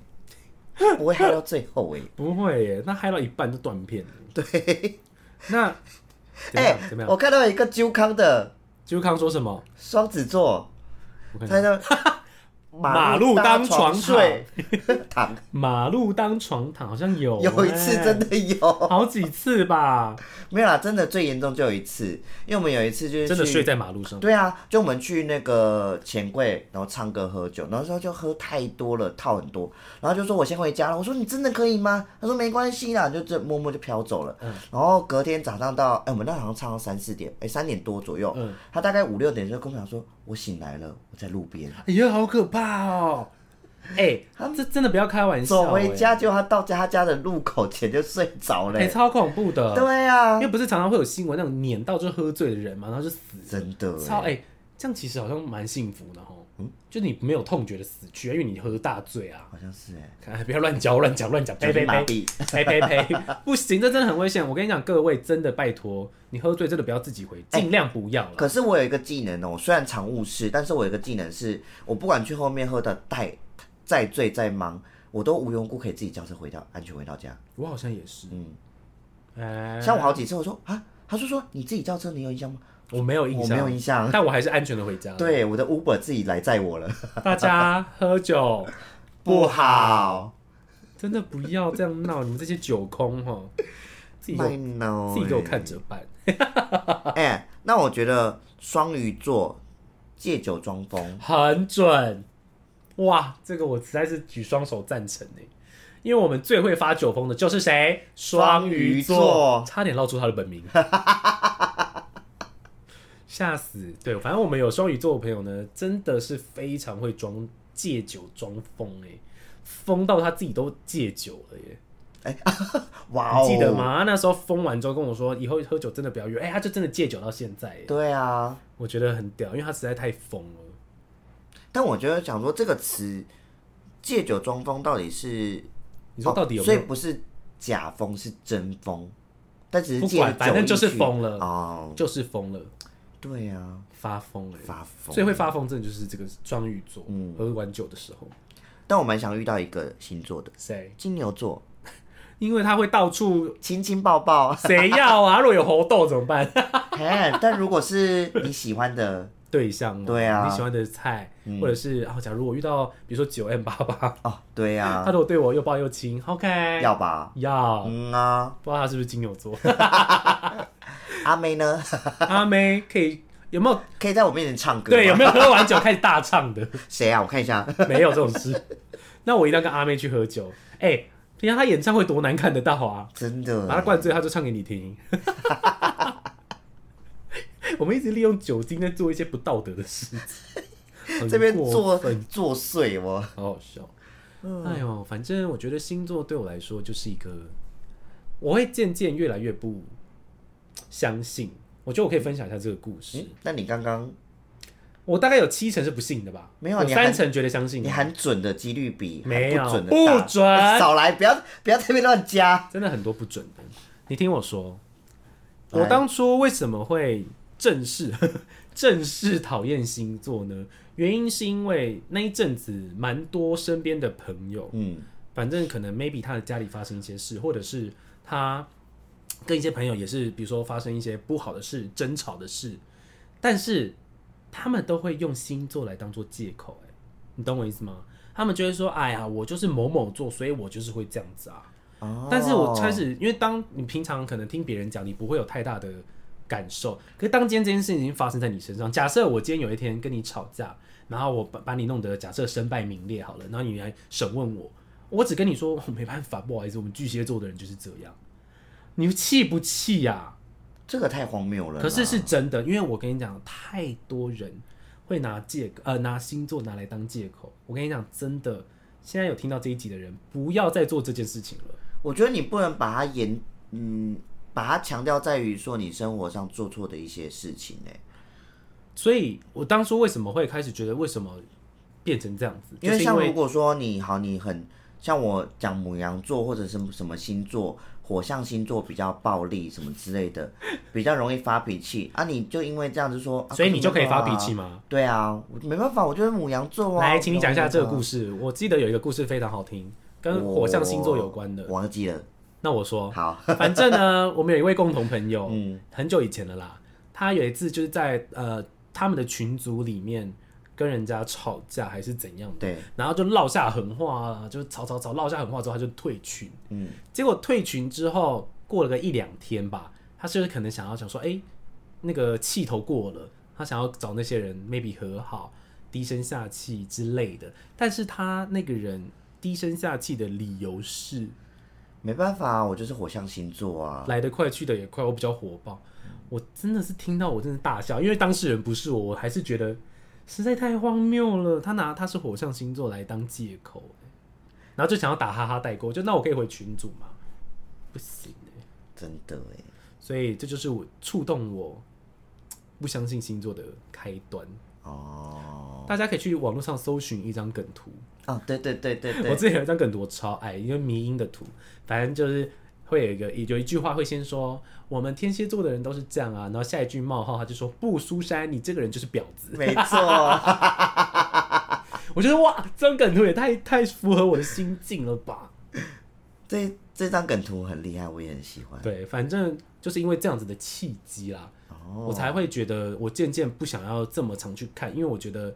[SPEAKER 2] 不会嗨到最后哎、
[SPEAKER 1] 不会耶，那嗨到一半就断片了。对， 那 怎么
[SPEAKER 2] 哎、
[SPEAKER 1] 样？怎么
[SPEAKER 2] 我
[SPEAKER 1] 样？
[SPEAKER 2] 看到一个揪康的
[SPEAKER 1] 朱康说什么？
[SPEAKER 2] 双子座，
[SPEAKER 1] 我看一下
[SPEAKER 2] 他的
[SPEAKER 1] 马路当
[SPEAKER 2] 床
[SPEAKER 1] 床
[SPEAKER 2] 睡， 躺
[SPEAKER 1] 马路当床躺，好像有
[SPEAKER 2] 有一次
[SPEAKER 1] 哎
[SPEAKER 2] 真的有，
[SPEAKER 1] 好几次吧，
[SPEAKER 2] 没有啦，真的最严重就有一次，因为我们有一次就是
[SPEAKER 1] 真的
[SPEAKER 2] 去
[SPEAKER 1] 睡在马路上。
[SPEAKER 2] 对啊，就我们去那个钱柜，然后唱歌喝酒，然后说就喝太多了，套很多，然后就说我先回家了。我说你真的可以吗？他说没关系啦，就这默默就飘走了。然后隔天早上到，哎、我们那好像唱到三四点，哎、三点多左右，
[SPEAKER 1] 嗯
[SPEAKER 2] 他大概五六点就跟我讲说，我醒来了，我在路边。
[SPEAKER 1] 哎呀，好可怕哦！哎、这真的不要开玩笑、
[SPEAKER 2] 走
[SPEAKER 1] 哎
[SPEAKER 2] 回家，结果他到家他家的路口前就睡着了、
[SPEAKER 1] 哎、超恐怖的。
[SPEAKER 2] 对啊
[SPEAKER 1] 因为，不是常常会有新闻那种碾到就喝醉的人嘛，然后就死了
[SPEAKER 2] 真的
[SPEAKER 1] 超哎、这样其实好像蛮幸福的吼。
[SPEAKER 2] 嗯
[SPEAKER 1] 就你没有痛觉的死去，因为你喝大醉啊。
[SPEAKER 2] 好像是哎、
[SPEAKER 1] 看，不要乱嚼乱讲乱讲，呸
[SPEAKER 2] 酒
[SPEAKER 1] 呸
[SPEAKER 2] 精麻
[SPEAKER 1] 呸
[SPEAKER 2] 痹。
[SPEAKER 1] 呸呸呸，哎不行，这真的很危险。我跟你讲，各位真的拜托，你喝醉真的不要自己回，尽量不要了。
[SPEAKER 2] 哎可是我有一个技能哦，虽然常误事，但是我有一个技能是，我不管去后面喝的带再醉再忙，我都无缘无故可以自己叫车回到安全回到家。
[SPEAKER 1] 我好像也是，
[SPEAKER 2] 嗯，
[SPEAKER 1] 哎、
[SPEAKER 2] 像我好几次我说啊，他说说你自己叫车，你有印象吗？
[SPEAKER 1] 我没有印
[SPEAKER 2] 我
[SPEAKER 1] 象，啊
[SPEAKER 2] 没有印象。
[SPEAKER 1] 但我还是安全的回家。，
[SPEAKER 2] 对，我的 Uber 自己来载我了，
[SPEAKER 1] 大家喝酒
[SPEAKER 2] 不好，
[SPEAKER 1] 真的不要这样闹，你们这些酒空哈，自己给
[SPEAKER 2] 卖
[SPEAKER 1] 我
[SPEAKER 2] 脑，
[SPEAKER 1] 自己给我看着办。
[SPEAKER 2] 哎、那我觉得双鱼座借酒装疯，
[SPEAKER 1] 很准，哇，这个我实在是举双手赞成哎，因为我们最会发酒疯的就是谁？双鱼座，
[SPEAKER 2] 双鱼座
[SPEAKER 1] 差点闹出他的本 名，吓死！对，反正我们有双鱼座的朋友呢，真的是非常会装借酒装疯哎，疯到他自己都戒酒了耶。
[SPEAKER 2] 哇哦，
[SPEAKER 1] 你记得？吗？他那时候疯完之后跟我说，以后喝酒真的不要约。哎、他就真的戒酒到现在耶，
[SPEAKER 2] 对啊，
[SPEAKER 1] 我觉得很屌，因为他实在太疯了。
[SPEAKER 2] 但我觉得想说这个词“借酒装疯”到底是
[SPEAKER 1] 你说到底有没
[SPEAKER 2] 哦所
[SPEAKER 1] 有
[SPEAKER 2] 以不是假疯，是真疯，但只是
[SPEAKER 1] 不
[SPEAKER 2] 借
[SPEAKER 1] 管
[SPEAKER 2] 酒
[SPEAKER 1] 反正就是
[SPEAKER 2] 意去
[SPEAKER 1] 疯了
[SPEAKER 2] 哦。
[SPEAKER 1] 就是疯了，
[SPEAKER 2] 对啊，
[SPEAKER 1] 发疯了，
[SPEAKER 2] 发疯。
[SPEAKER 1] 最会发疯，真的就是这个双鱼座，
[SPEAKER 2] 嗯
[SPEAKER 1] 喝完酒的时候，
[SPEAKER 2] 但我蛮想遇到一个星座的
[SPEAKER 1] 谁？
[SPEAKER 2] 金牛座，
[SPEAKER 1] 因为他会到处，。
[SPEAKER 2] 亲亲抱抱
[SPEAKER 1] 谁要啊？如果有猴痘怎么办？
[SPEAKER 2] 哎，但如果是你喜欢的，
[SPEAKER 1] 对象嘛
[SPEAKER 2] 对啊
[SPEAKER 1] 你喜欢的菜，或者是啊，假如我遇到比如说九 M 八八，
[SPEAKER 2] 哦，对
[SPEAKER 1] 他
[SPEAKER 2] 啊
[SPEAKER 1] 如，果对我又抱又亲，OK，
[SPEAKER 2] 要吧？
[SPEAKER 1] 要，
[SPEAKER 2] 嗯啊，
[SPEAKER 1] 不知道他是不是金牛座？
[SPEAKER 2] 阿妹呢？
[SPEAKER 1] 阿妹可以有没有？
[SPEAKER 2] 可以在我面前唱歌吗？
[SPEAKER 1] 对，有没有喝完酒开始大唱的？
[SPEAKER 2] 谁啊？我看一下。
[SPEAKER 1] 没有这种事。那我一定要跟阿妹去喝酒。哎、平常她演唱会多难看得到啊！
[SPEAKER 2] 真的，
[SPEAKER 1] 把他灌醉，他就唱给你听。 我们一直利用酒精在做一些不道德的事 情，
[SPEAKER 2] 这边
[SPEAKER 1] 很过
[SPEAKER 2] 作
[SPEAKER 1] 分
[SPEAKER 2] 作祟哦我。
[SPEAKER 1] 好好笑。
[SPEAKER 2] 嗯
[SPEAKER 1] 哎呦，反正我觉得星座对我来说就是一个，我会渐渐越来越不相信。我觉得我可以分享一下这个故事。
[SPEAKER 2] 嗯，那你刚刚
[SPEAKER 1] 我大概有七成是不信的吧，
[SPEAKER 2] 没有啊
[SPEAKER 1] 有
[SPEAKER 2] 你还
[SPEAKER 1] 三成觉得相信
[SPEAKER 2] 你，喊准的几率比
[SPEAKER 1] 没有
[SPEAKER 2] 喊不准的大
[SPEAKER 1] 不准
[SPEAKER 2] 少来，不要不要这边乱加。
[SPEAKER 1] 真的很多不准的。你听我说，
[SPEAKER 2] 来
[SPEAKER 1] 我当初为什么会正式 正式讨厌星座呢？原因是因为那一阵子蛮多身边的朋友，
[SPEAKER 2] 嗯，
[SPEAKER 1] 反正可能 maybe 他的家里发生一些事，或者是他跟一些朋友也是，比如说发生一些不好的事、争吵的事，但是他们都会用星座来当做借口、欸，你懂我意思吗？他们就会说：“哎呀，我就是某某座，所以我就是会这样子啊。”
[SPEAKER 2] 哦
[SPEAKER 1] 但是我开始，因为当你平常可能听别人讲，你不会有太大的感受。可是当今天这件事情发生在你身上，假设我今天有一天跟你吵架，然后我把把你弄得假设身败名裂好了，然后你来审问我，我只跟你说哦我没办法，不好意思，我们巨蟹座的人就是这样。你气不气呀、
[SPEAKER 2] 这个太荒谬了啦。
[SPEAKER 1] 可是是真的，因为我跟你讲，太多人会拿借口，呃，拿星座拿来当借口。我跟你讲，真的，现在有听到这一集的人，不要再做这件事情了。
[SPEAKER 2] 我觉得你不能把它严，嗯，把它强调在于说你生活上做错的一些事情欸呢、
[SPEAKER 1] 所以我当初为什么会开始觉得为什么变成这样子？
[SPEAKER 2] 因
[SPEAKER 1] 就
[SPEAKER 2] 为
[SPEAKER 1] 是
[SPEAKER 2] 像如果说你好，你很像我讲母羊座或者什么什么星座，火象星座比较暴力什么之类 的，比较容易发脾气啊，你就因为这样子说，啊
[SPEAKER 1] 所以你就可以发脾。
[SPEAKER 2] 可是
[SPEAKER 1] 气
[SPEAKER 2] 没办法啊
[SPEAKER 1] 吗？
[SPEAKER 2] 对啊，我没办法，我就是母羊座啊。
[SPEAKER 1] 来，请你讲一下这个故
[SPEAKER 2] 事，
[SPEAKER 1] 事。我记得有一个故事非常好听，跟火象星座有关的。
[SPEAKER 2] 我忘记了。
[SPEAKER 1] 那我 说，
[SPEAKER 2] 好，
[SPEAKER 1] 反正呢，我们有一位共同朋友，
[SPEAKER 2] 嗯
[SPEAKER 1] 很久以前了啦。他有一次就是在呃他们的群组里面跟人家吵架还是怎样的，
[SPEAKER 2] 对，
[SPEAKER 1] 然后就落下狠话啊，就吵吵吵，落下狠话之后他就退群。
[SPEAKER 2] 嗯，
[SPEAKER 1] 结果退群之后，过了个一两天吧，他就是可能想要想说，哎、那个气头过了，他想要找那些人 maybe 和好，低声下气之类的。但是他那个人低声下气的理由是
[SPEAKER 2] 没办法啊，我就是火象星座啊。
[SPEAKER 1] 来得快去得也快，我比较火爆。我真的是听到我真的大笑，因为当事人不是我，我还是觉得实在太荒谬了。他拿他是火象星座来当借口、欸然后就想要打哈哈代购，就那我可以回群组吗？不行、欸，
[SPEAKER 2] 真的哎，
[SPEAKER 1] 所以这就是我触动我不相信星座的开端。
[SPEAKER 2] 哦，
[SPEAKER 1] 大家可以去网络上搜寻一张梗图，
[SPEAKER 2] 哦，对对对对
[SPEAKER 1] 我
[SPEAKER 2] 对，
[SPEAKER 1] 之前有一张梗图我超爱，因为迷音的图，反正就是会有一个有一句话会先说我们天蝎座的人都是这样啊，然后下一句冒号他就说不，苏珊你这个人就是婊子。
[SPEAKER 2] 没错，
[SPEAKER 1] 我觉得哇，这张梗图也太太符合我的心境了吧？
[SPEAKER 2] 这这张梗图很厉害，我也很喜欢。
[SPEAKER 1] 对，反正就是因为这样子的契机啦，
[SPEAKER 2] 哦，
[SPEAKER 1] 我才会觉得我渐渐不想要这么常去看，因为我觉得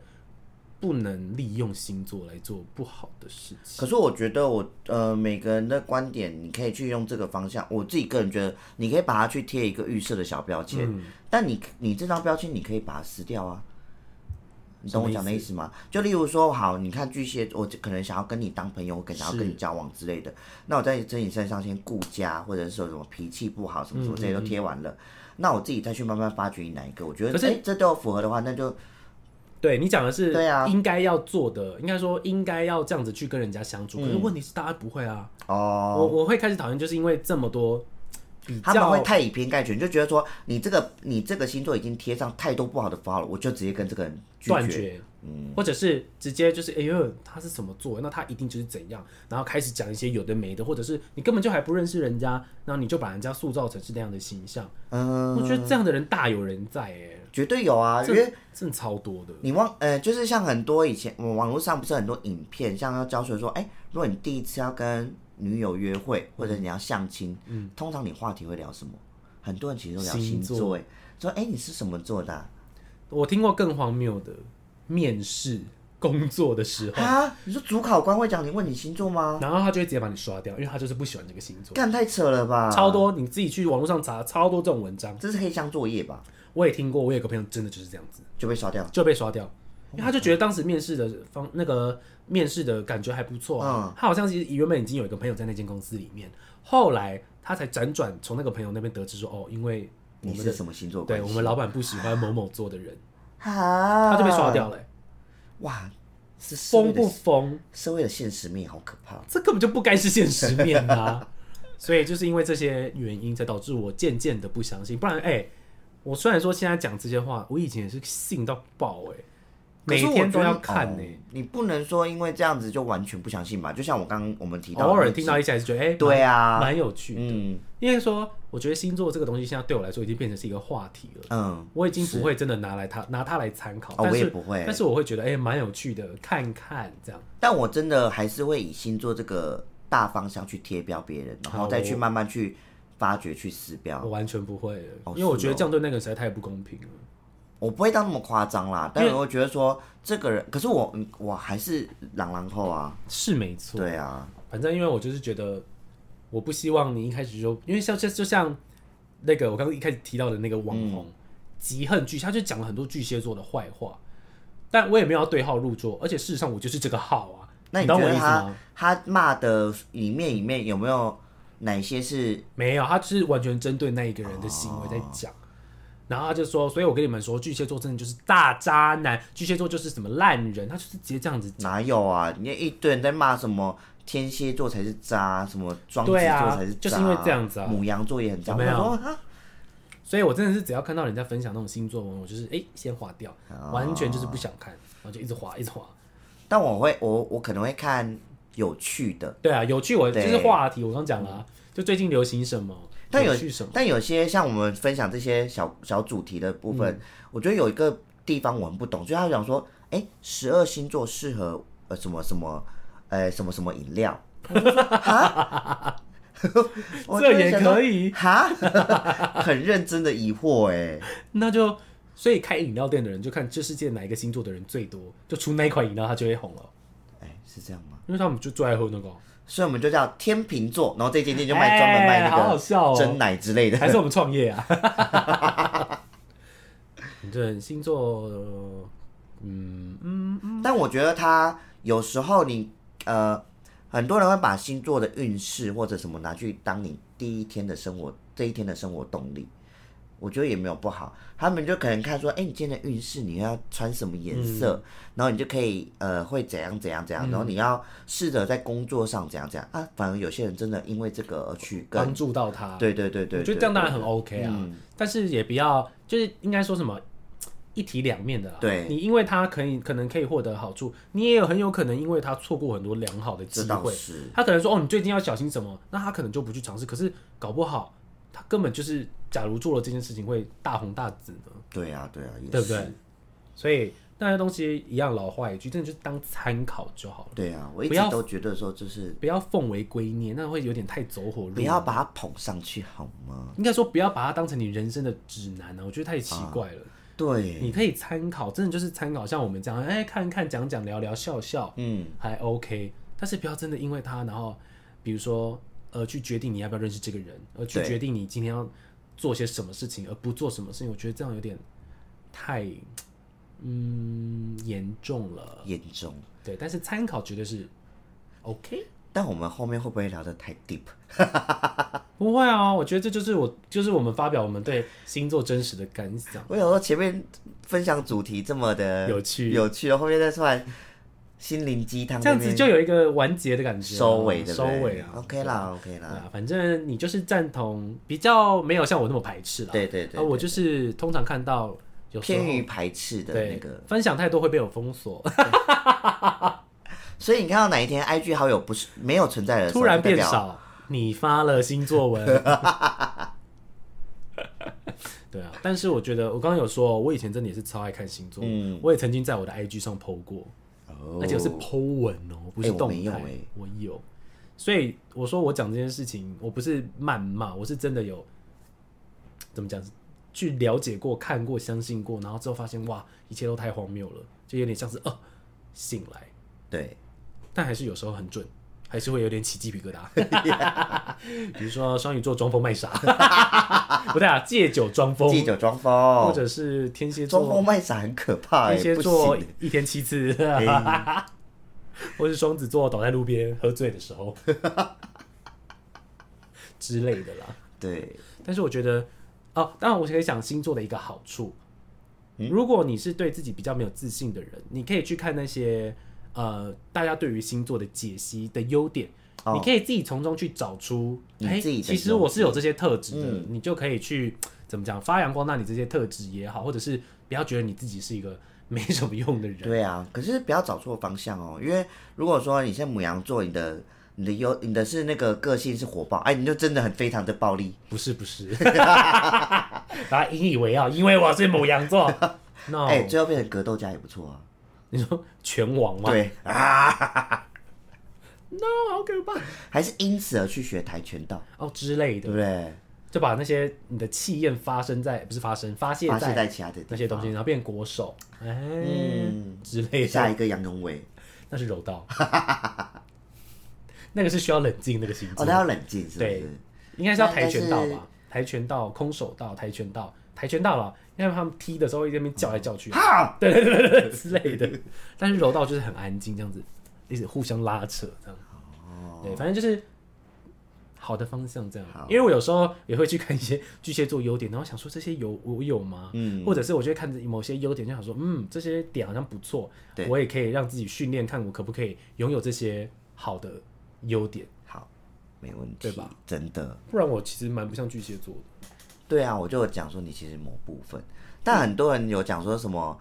[SPEAKER 1] 不能利用星座来做不好的事情。
[SPEAKER 2] 可是我觉得我呃每个人的观点，你可以去用这个方向。我自己个人觉得，你可以把它去贴一个预设的小标签，但你你这张标签你可以把它撕掉啊。你懂我讲的意思吗？就例如说，好，你看巨蟹，我就可能想要跟你当朋友，我可能想要跟你交往之类的。那我在在你身上先顾家，或者是说什么脾气不好，什么什么这些都贴完了。那我自己再去慢慢发掘你哪一个，我觉
[SPEAKER 1] 可
[SPEAKER 2] 得
[SPEAKER 1] 是
[SPEAKER 2] 哎、这都有符合的话，那就
[SPEAKER 1] 对你讲的是，
[SPEAKER 2] 对啊
[SPEAKER 1] 应该要做的，应该说应该要这样子去跟人家相处。可是问题是，大家不会啊。
[SPEAKER 2] 嗯哦，
[SPEAKER 1] 我我会开始讨厌，就是因为这么多比
[SPEAKER 2] 他们
[SPEAKER 1] 较
[SPEAKER 2] 会太以偏概全，就觉得说你这个你这个星座已经贴上太多不好的符号了，我就直接跟这个人拒
[SPEAKER 1] 断
[SPEAKER 2] 绝。嗯
[SPEAKER 1] 绝，或者是直接就是哎呦他是什么座，那他一定就是怎样，然后开始讲一些有的没的，或者是你根本就还不认识人家，然后你就把人家塑造成是那样的形象，
[SPEAKER 2] 嗯，
[SPEAKER 1] 我觉得这样的人大有人在哎、
[SPEAKER 2] 绝对有啊，因
[SPEAKER 1] 这
[SPEAKER 2] 为
[SPEAKER 1] 真的超多的，
[SPEAKER 2] 你忘呃，就是像很多以前我网络上不是很多影片，像要教学说，哎、如果你第一次要跟女友约会或者你要相亲，嗯，通常你话题会聊什么？很多人其实都聊
[SPEAKER 1] 星
[SPEAKER 2] 星
[SPEAKER 1] 座
[SPEAKER 2] 座、哎，说哎、你是什么座的啊、
[SPEAKER 1] 我听过更荒谬的面试工作的时候，
[SPEAKER 2] 啊？你说主考官会讲你问你星座吗？
[SPEAKER 1] 然后他就会直接把你刷掉，因为他就是不喜欢这个星座，
[SPEAKER 2] 干太扯了吧！
[SPEAKER 1] 超，多你自己去网络上查，超多这种文章，
[SPEAKER 2] 这是黑箱作业吧？
[SPEAKER 1] 我也听过，我有个朋友真的就是这样子。
[SPEAKER 2] 就被刷掉。
[SPEAKER 1] 就被刷掉，因为他就觉得当时面试的方那个面试的感觉还不错、
[SPEAKER 2] 嗯
[SPEAKER 1] 啊，他好像其实原本已经有一个朋友在那间公司里面，后来他才辗转从那个朋友那边得知说，哦，因为我
[SPEAKER 2] 你
[SPEAKER 1] 们
[SPEAKER 2] 哦是
[SPEAKER 1] 的
[SPEAKER 2] 什么星座的关
[SPEAKER 1] 对
[SPEAKER 2] 系？
[SPEAKER 1] 我们老板不喜欢某某做的人，
[SPEAKER 2] 啊，
[SPEAKER 1] 他就被刷掉了、
[SPEAKER 2] 哇，是社会
[SPEAKER 1] 疯
[SPEAKER 2] 的
[SPEAKER 1] 不疯？
[SPEAKER 2] 社会的现实面好可怕。
[SPEAKER 1] 这根本就不该是现实面啊！ 所以就是因为这些原因，才导致我渐渐的不相信。不然，哎、我虽然说现在讲这些话，我以前也是信到爆、哎，每
[SPEAKER 2] 可是我
[SPEAKER 1] 天都
[SPEAKER 2] 觉得
[SPEAKER 1] 要
[SPEAKER 2] 你
[SPEAKER 1] 看哎欸
[SPEAKER 2] 哦
[SPEAKER 1] 呢、
[SPEAKER 2] 你不能说因为这样子就完全不相信吧？就像我刚刚我们提到的，
[SPEAKER 1] 偶尔听到一些还是觉得，哎、
[SPEAKER 2] 对啊
[SPEAKER 1] 蛮有趣。
[SPEAKER 2] 嗯
[SPEAKER 1] 因为说，我觉得星座这个东西现在对我来说已经变成是一个话题了，
[SPEAKER 2] 嗯，
[SPEAKER 1] 我已经不会真的拿来它拿它来参考，
[SPEAKER 2] 哦
[SPEAKER 1] 但
[SPEAKER 2] 我
[SPEAKER 1] 是
[SPEAKER 2] 也不会
[SPEAKER 1] 但是我会觉得哎，蛮、有趣的，看看这样。
[SPEAKER 2] 但我真的还是会以星座这个大方向去贴标别人，然
[SPEAKER 1] 好
[SPEAKER 2] 后
[SPEAKER 1] 哦
[SPEAKER 2] 再去慢慢去发掘、去撕标
[SPEAKER 1] 我。完全不会了，
[SPEAKER 2] 哦
[SPEAKER 1] 因为我觉得
[SPEAKER 2] 是哦
[SPEAKER 1] 这样对那个人实在太不公平了。
[SPEAKER 2] 我不会到那么夸张啦，但
[SPEAKER 1] 因为
[SPEAKER 2] 我会觉得说这个人，可是我嗯我还是朗朗后啊，
[SPEAKER 1] 是没错，
[SPEAKER 2] 对啊，
[SPEAKER 1] 反正因为我就是觉得，我不希望你一开始就，因为像就就像那个我刚刚一开始提到的那个网
[SPEAKER 2] 嗯
[SPEAKER 1] 红，极恨巨蟹，他就讲了很多巨蟹座的坏话，但我也没有要对号入座，而且事实上我就是这个号啊。
[SPEAKER 2] 那你
[SPEAKER 1] 懂
[SPEAKER 2] 觉
[SPEAKER 1] 我
[SPEAKER 2] 得
[SPEAKER 1] 意思
[SPEAKER 2] 他
[SPEAKER 1] 吗？
[SPEAKER 2] 他骂的里面里面有没有哪些是
[SPEAKER 1] 没有，他是完全针对那一个人的行为在讲。
[SPEAKER 2] 哦
[SPEAKER 1] 然后他就说，所以我跟你们说，巨蟹座真的就是大渣男，巨蟹座就是什么烂人，他就是直接这样子讲。
[SPEAKER 2] 哪有啊？你一堆人在骂什么天蝎座才是渣，什么双子座
[SPEAKER 1] 对啊
[SPEAKER 2] 才是渣，
[SPEAKER 1] 就是因为这样子啊
[SPEAKER 2] 母羊座也很渣。
[SPEAKER 1] 有没有
[SPEAKER 2] 我想说啊
[SPEAKER 1] 所以我真的是只要看到人家分享那种星座文，我就是哎、先划掉，
[SPEAKER 2] 哦
[SPEAKER 1] 完全就是不想看，然后就一直划一直划。
[SPEAKER 2] 但我会，我我可能会看有趣的，
[SPEAKER 1] 对啊，有趣我就
[SPEAKER 2] 对
[SPEAKER 1] 是话题，我刚讲了啊、就最近流行什么，
[SPEAKER 2] 但有
[SPEAKER 1] 有趣什么，
[SPEAKER 2] 但有些像我们分享这些小小主题的部
[SPEAKER 1] 嗯
[SPEAKER 2] 分，我觉得有一个地方我们不懂，就是他讲说，哎、十二星座适合呃什么什么，呃什么什么饮 料。我就
[SPEAKER 1] 这
[SPEAKER 2] 说哈我就会
[SPEAKER 1] 也
[SPEAKER 2] 想说
[SPEAKER 1] 可以，
[SPEAKER 2] 哈， 很认真的疑惑哎、
[SPEAKER 1] 那就所以开饮料店的人就看这世界哪一个星座的人最多，就出那一款饮料，他就会红了，
[SPEAKER 2] 哎、是这样吗？
[SPEAKER 1] 因为他们就最爱喝那 个。啊
[SPEAKER 2] 所以我们就叫天秤座，然后这间店就卖专门卖
[SPEAKER 1] 哎好好笑
[SPEAKER 2] 那
[SPEAKER 1] 哦
[SPEAKER 2] 个真奶之类的。
[SPEAKER 1] 还是我们创业啊？反正星座，呃嗯嗯，
[SPEAKER 2] 但我觉得它有时候你呃，很多人会把星座的运势或者什么拿去当你第一天的生活，这一天的生活动力。我觉得也没有不好。他们就可能看说，哎、你今天的运势你要穿什么颜
[SPEAKER 1] 嗯
[SPEAKER 2] 色，然后你就可以呃会怎样怎样怎样，然后你要试着在工作上怎样怎样啊。反而有些人真的因为这个而去跟，
[SPEAKER 1] 帮助到他。
[SPEAKER 2] 对对对对
[SPEAKER 1] 我觉得
[SPEAKER 2] 对
[SPEAKER 1] 这样当然
[SPEAKER 2] 对嗯
[SPEAKER 1] 很 OK 啊，但是也不要就是应该说什么一体两面的啦。啊
[SPEAKER 2] 对
[SPEAKER 1] 你因为他可以可能可以获得好处，你也有很有可能因为他错过很多良好的机
[SPEAKER 2] 这倒
[SPEAKER 1] 会。
[SPEAKER 2] 是。
[SPEAKER 1] 他可能说哦，你最近要小心什么，那他可能就不去尝试。可是搞不好他根本就是，假如做了这件事情会大红大紫呢，
[SPEAKER 2] 对啊，对啊，也是
[SPEAKER 1] 对不对？所以那些东西一样老话一句，真的就是当参考就好了，
[SPEAKER 2] 对啊，我一
[SPEAKER 1] 不
[SPEAKER 2] 直
[SPEAKER 1] 要
[SPEAKER 2] 都觉得说，就是
[SPEAKER 1] 不要奉为圭臬，那会有点太走火入魔。
[SPEAKER 2] 不要把它捧上去好吗？
[SPEAKER 1] 应该说不要把它当成你人生的指南呢、啊我觉得太奇怪了。
[SPEAKER 2] 对，
[SPEAKER 1] 你可以参考，真的就是参考，像我们这样，哎，看看讲讲聊聊笑笑，
[SPEAKER 2] 嗯，
[SPEAKER 1] 还 OK。但是不要真的因为他，然后比如说呃，去决定你要不要认识这个人，而去
[SPEAKER 2] 对
[SPEAKER 1] 决定你今天要做些什么事情，而不做什么事情，我觉得这样有点太嗯严重了。
[SPEAKER 2] 严重。
[SPEAKER 1] 对，但是参考绝对是 OK。
[SPEAKER 2] 但我们后面会不会聊得太 deep？
[SPEAKER 1] 不会啊，我觉得这就是我，就是我们发表我们对星座真实的感想。
[SPEAKER 2] 我想说前面分享主题这么的
[SPEAKER 1] 有趣
[SPEAKER 2] 有趣，然后后面再突然心灵鸡汤
[SPEAKER 1] 这样
[SPEAKER 2] 那
[SPEAKER 1] 子
[SPEAKER 2] 边
[SPEAKER 1] 就有一个完结的感觉啊，
[SPEAKER 2] 收尾，对不
[SPEAKER 1] 收
[SPEAKER 2] 对
[SPEAKER 1] 尾啊
[SPEAKER 2] OK 啦，OK
[SPEAKER 1] 对
[SPEAKER 2] 啦，
[SPEAKER 1] 啊，反正你就是赞同，比较没有像我那么排斥啦。
[SPEAKER 2] 对对对
[SPEAKER 1] 啊，我就是通常看到有时候
[SPEAKER 2] 偏于排斥的
[SPEAKER 1] 对
[SPEAKER 2] 那个。
[SPEAKER 1] 分享太多会被我封 锁，
[SPEAKER 2] 所以你看到哪一天 IG 好友不是没有存在的时候，
[SPEAKER 1] 突然
[SPEAKER 2] 就代
[SPEAKER 1] 变
[SPEAKER 2] 表，
[SPEAKER 1] 少。你发了星座 文，对啊，但是我觉得我刚刚有说，哦我以前真的也是超爱看星座，
[SPEAKER 2] 嗯
[SPEAKER 1] 我也曾经在我的 IG 上 PO 过，
[SPEAKER 2] 哦
[SPEAKER 1] 而且我是 Po 文哦，不是
[SPEAKER 2] 哎我
[SPEAKER 1] 动态，
[SPEAKER 2] 没有哎
[SPEAKER 1] 我有。所以我说我讲这件事情，我不是谩骂，我是真的有怎么讲，去了解过、看过、相信过，然后之后发现哇，一切都太荒谬了，就有点像是呃醒来，
[SPEAKER 2] 对，
[SPEAKER 1] 但还是有时候很准，还是会有点起鸡皮疙瘩。 比如说双鱼座装疯卖傻， 不对啊，借酒装疯，
[SPEAKER 2] 借酒装
[SPEAKER 1] 或
[SPEAKER 2] 疯，
[SPEAKER 1] 者是天蝎
[SPEAKER 2] 装疯
[SPEAKER 1] 座，
[SPEAKER 2] 卖傻很可怕哎，
[SPEAKER 1] 天蝎
[SPEAKER 2] 不
[SPEAKER 1] 座
[SPEAKER 2] 行哎
[SPEAKER 1] 一天七次。
[SPEAKER 2] 哎
[SPEAKER 1] 或是双子座倒在路边喝醉的时 候之类的啦。
[SPEAKER 2] 对，
[SPEAKER 1] 但是我觉得，哦，当然我可以讲星座的一个好处。
[SPEAKER 2] 嗯
[SPEAKER 1] 如果你是对自己比较没有自信的人，你可以去看那些呃大家对于星座的解析的优点，
[SPEAKER 2] 哦
[SPEAKER 1] 你可以自己从中去找出，
[SPEAKER 2] 你
[SPEAKER 1] 哎、
[SPEAKER 2] 自己的
[SPEAKER 1] 其实
[SPEAKER 2] 优嗯
[SPEAKER 1] 我是有这些特质的，你就可以去怎么讲发扬光大你这些特质也好，或者是不要觉得你自己是一个没什么用的 人。
[SPEAKER 2] 对啊，可是不要找错方向哦，因为如果说你是母羊座，你的你的优你的是那个个性是火爆，哎，你就真的很非常的暴力。
[SPEAKER 1] 不是不是， 大家引以为傲，因为我是母羊 座。No，、
[SPEAKER 2] 哎、最后变成格斗家也不错啊。
[SPEAKER 1] 你说拳王吗
[SPEAKER 2] 对啊，
[SPEAKER 1] ？No，好可怕
[SPEAKER 2] 还是因此而去学跆拳道，
[SPEAKER 1] 哦之类的，
[SPEAKER 2] 对不对？
[SPEAKER 1] 就把那些你的气焰发生在不是发生发泄
[SPEAKER 2] 发泄
[SPEAKER 1] 在
[SPEAKER 2] 在其他的地
[SPEAKER 1] 那些东西，然后变国手，哎、
[SPEAKER 2] 嗯
[SPEAKER 1] 之类
[SPEAKER 2] 下
[SPEAKER 1] 的，
[SPEAKER 2] 一个杨永伟，
[SPEAKER 1] 那是柔道， 那个是需要冷静那个星
[SPEAKER 2] 哦，
[SPEAKER 1] 座，
[SPEAKER 2] 他要冷静，是不
[SPEAKER 1] 对
[SPEAKER 2] 是？
[SPEAKER 1] 应该是要跆拳道
[SPEAKER 2] 那
[SPEAKER 1] 吧？跆拳道、空手道、跆拳道、跆拳道啦，因为他们踢的时候会在那边叫来叫去，啊
[SPEAKER 2] 哈，
[SPEAKER 1] 对对对对对 之类的。但是柔道就是很安静，这样子一直互相拉扯这样。对，反正就是好的方向这样
[SPEAKER 2] 哦好。
[SPEAKER 1] 因为我有时候也会去看一些巨蟹座优点，然后想说这些有我有吗？
[SPEAKER 2] 嗯
[SPEAKER 1] 或者是我就会看着某些优点，就想说嗯这些点好像不错
[SPEAKER 2] 对，
[SPEAKER 1] 我也可以让自己训练，看我可不可以拥有这些好的优点。
[SPEAKER 2] 好，没问题，
[SPEAKER 1] 对吧？
[SPEAKER 2] 真的，
[SPEAKER 1] 不然我其实蛮不像巨蟹座的。
[SPEAKER 2] 对啊，我就有讲说你其实某部分，但很多人有讲说什么，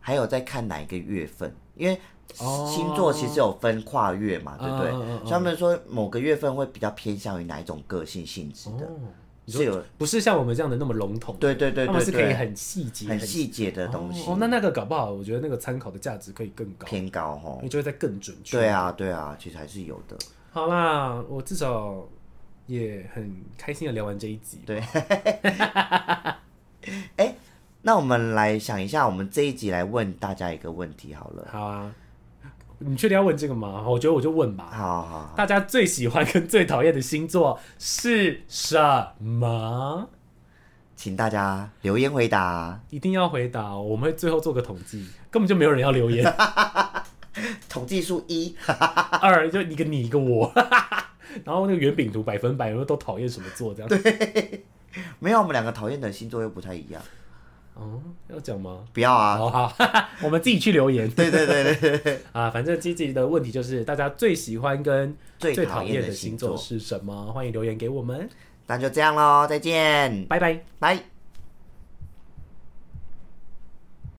[SPEAKER 2] 还有在看哪一个月份，因为
[SPEAKER 1] 哦
[SPEAKER 2] 星座其实有分跨月嘛，对不对？
[SPEAKER 1] 嗯嗯嗯嗯
[SPEAKER 2] 所以他们说某个月份会比较偏向于哪一种个性性质的，
[SPEAKER 1] 哦，你
[SPEAKER 2] 是
[SPEAKER 1] 说
[SPEAKER 2] 有
[SPEAKER 1] 不是像我们这样的那么笼统，
[SPEAKER 2] 对对对
[SPEAKER 1] 他们
[SPEAKER 2] 对
[SPEAKER 1] 是可以
[SPEAKER 2] 对，
[SPEAKER 1] 很细节、
[SPEAKER 2] 很细节的东西
[SPEAKER 1] 哦。哦那那个搞不好，我觉得那个参考的价值可以更高，
[SPEAKER 2] 偏高吼。
[SPEAKER 1] 你就会再更准确。
[SPEAKER 2] 对，啊，对啊，其实还是有的。
[SPEAKER 1] 好啦，我至少也很开心的聊完这一集。
[SPEAKER 2] 对那我们来想一下，我们这一集来问大家一个问题好了。
[SPEAKER 1] 好啊，你确定要问这个吗？我觉得我就问吧。
[SPEAKER 2] 好好好，
[SPEAKER 1] 大家最喜欢跟最讨厌的星座是什么？
[SPEAKER 2] 请大家留言回答，
[SPEAKER 1] 一定要回答哦，我们会最后做个统计，根本就没有人要留言。
[SPEAKER 2] 统计数一，
[SPEAKER 1] 二就 一个你一个我，然后那个圆饼图百分百，然后都讨厌什么座这样。对，
[SPEAKER 2] 没有，我们两个讨厌的星座又不太一样。
[SPEAKER 1] 哦，要讲吗？
[SPEAKER 2] 不要啊！
[SPEAKER 1] 好好， 我们自己去留言。
[SPEAKER 2] 对对对对，
[SPEAKER 1] 啊，反正积极的问题就是大家最喜欢跟
[SPEAKER 2] 最
[SPEAKER 1] 最
[SPEAKER 2] 讨
[SPEAKER 1] 讨
[SPEAKER 2] 厌
[SPEAKER 1] 厌
[SPEAKER 2] 的
[SPEAKER 1] 的
[SPEAKER 2] 星
[SPEAKER 1] 星
[SPEAKER 2] 座
[SPEAKER 1] 座是什么？欢迎留言给我们，
[SPEAKER 2] 那就这样喽，再见，
[SPEAKER 1] 拜拜。
[SPEAKER 2] 拜。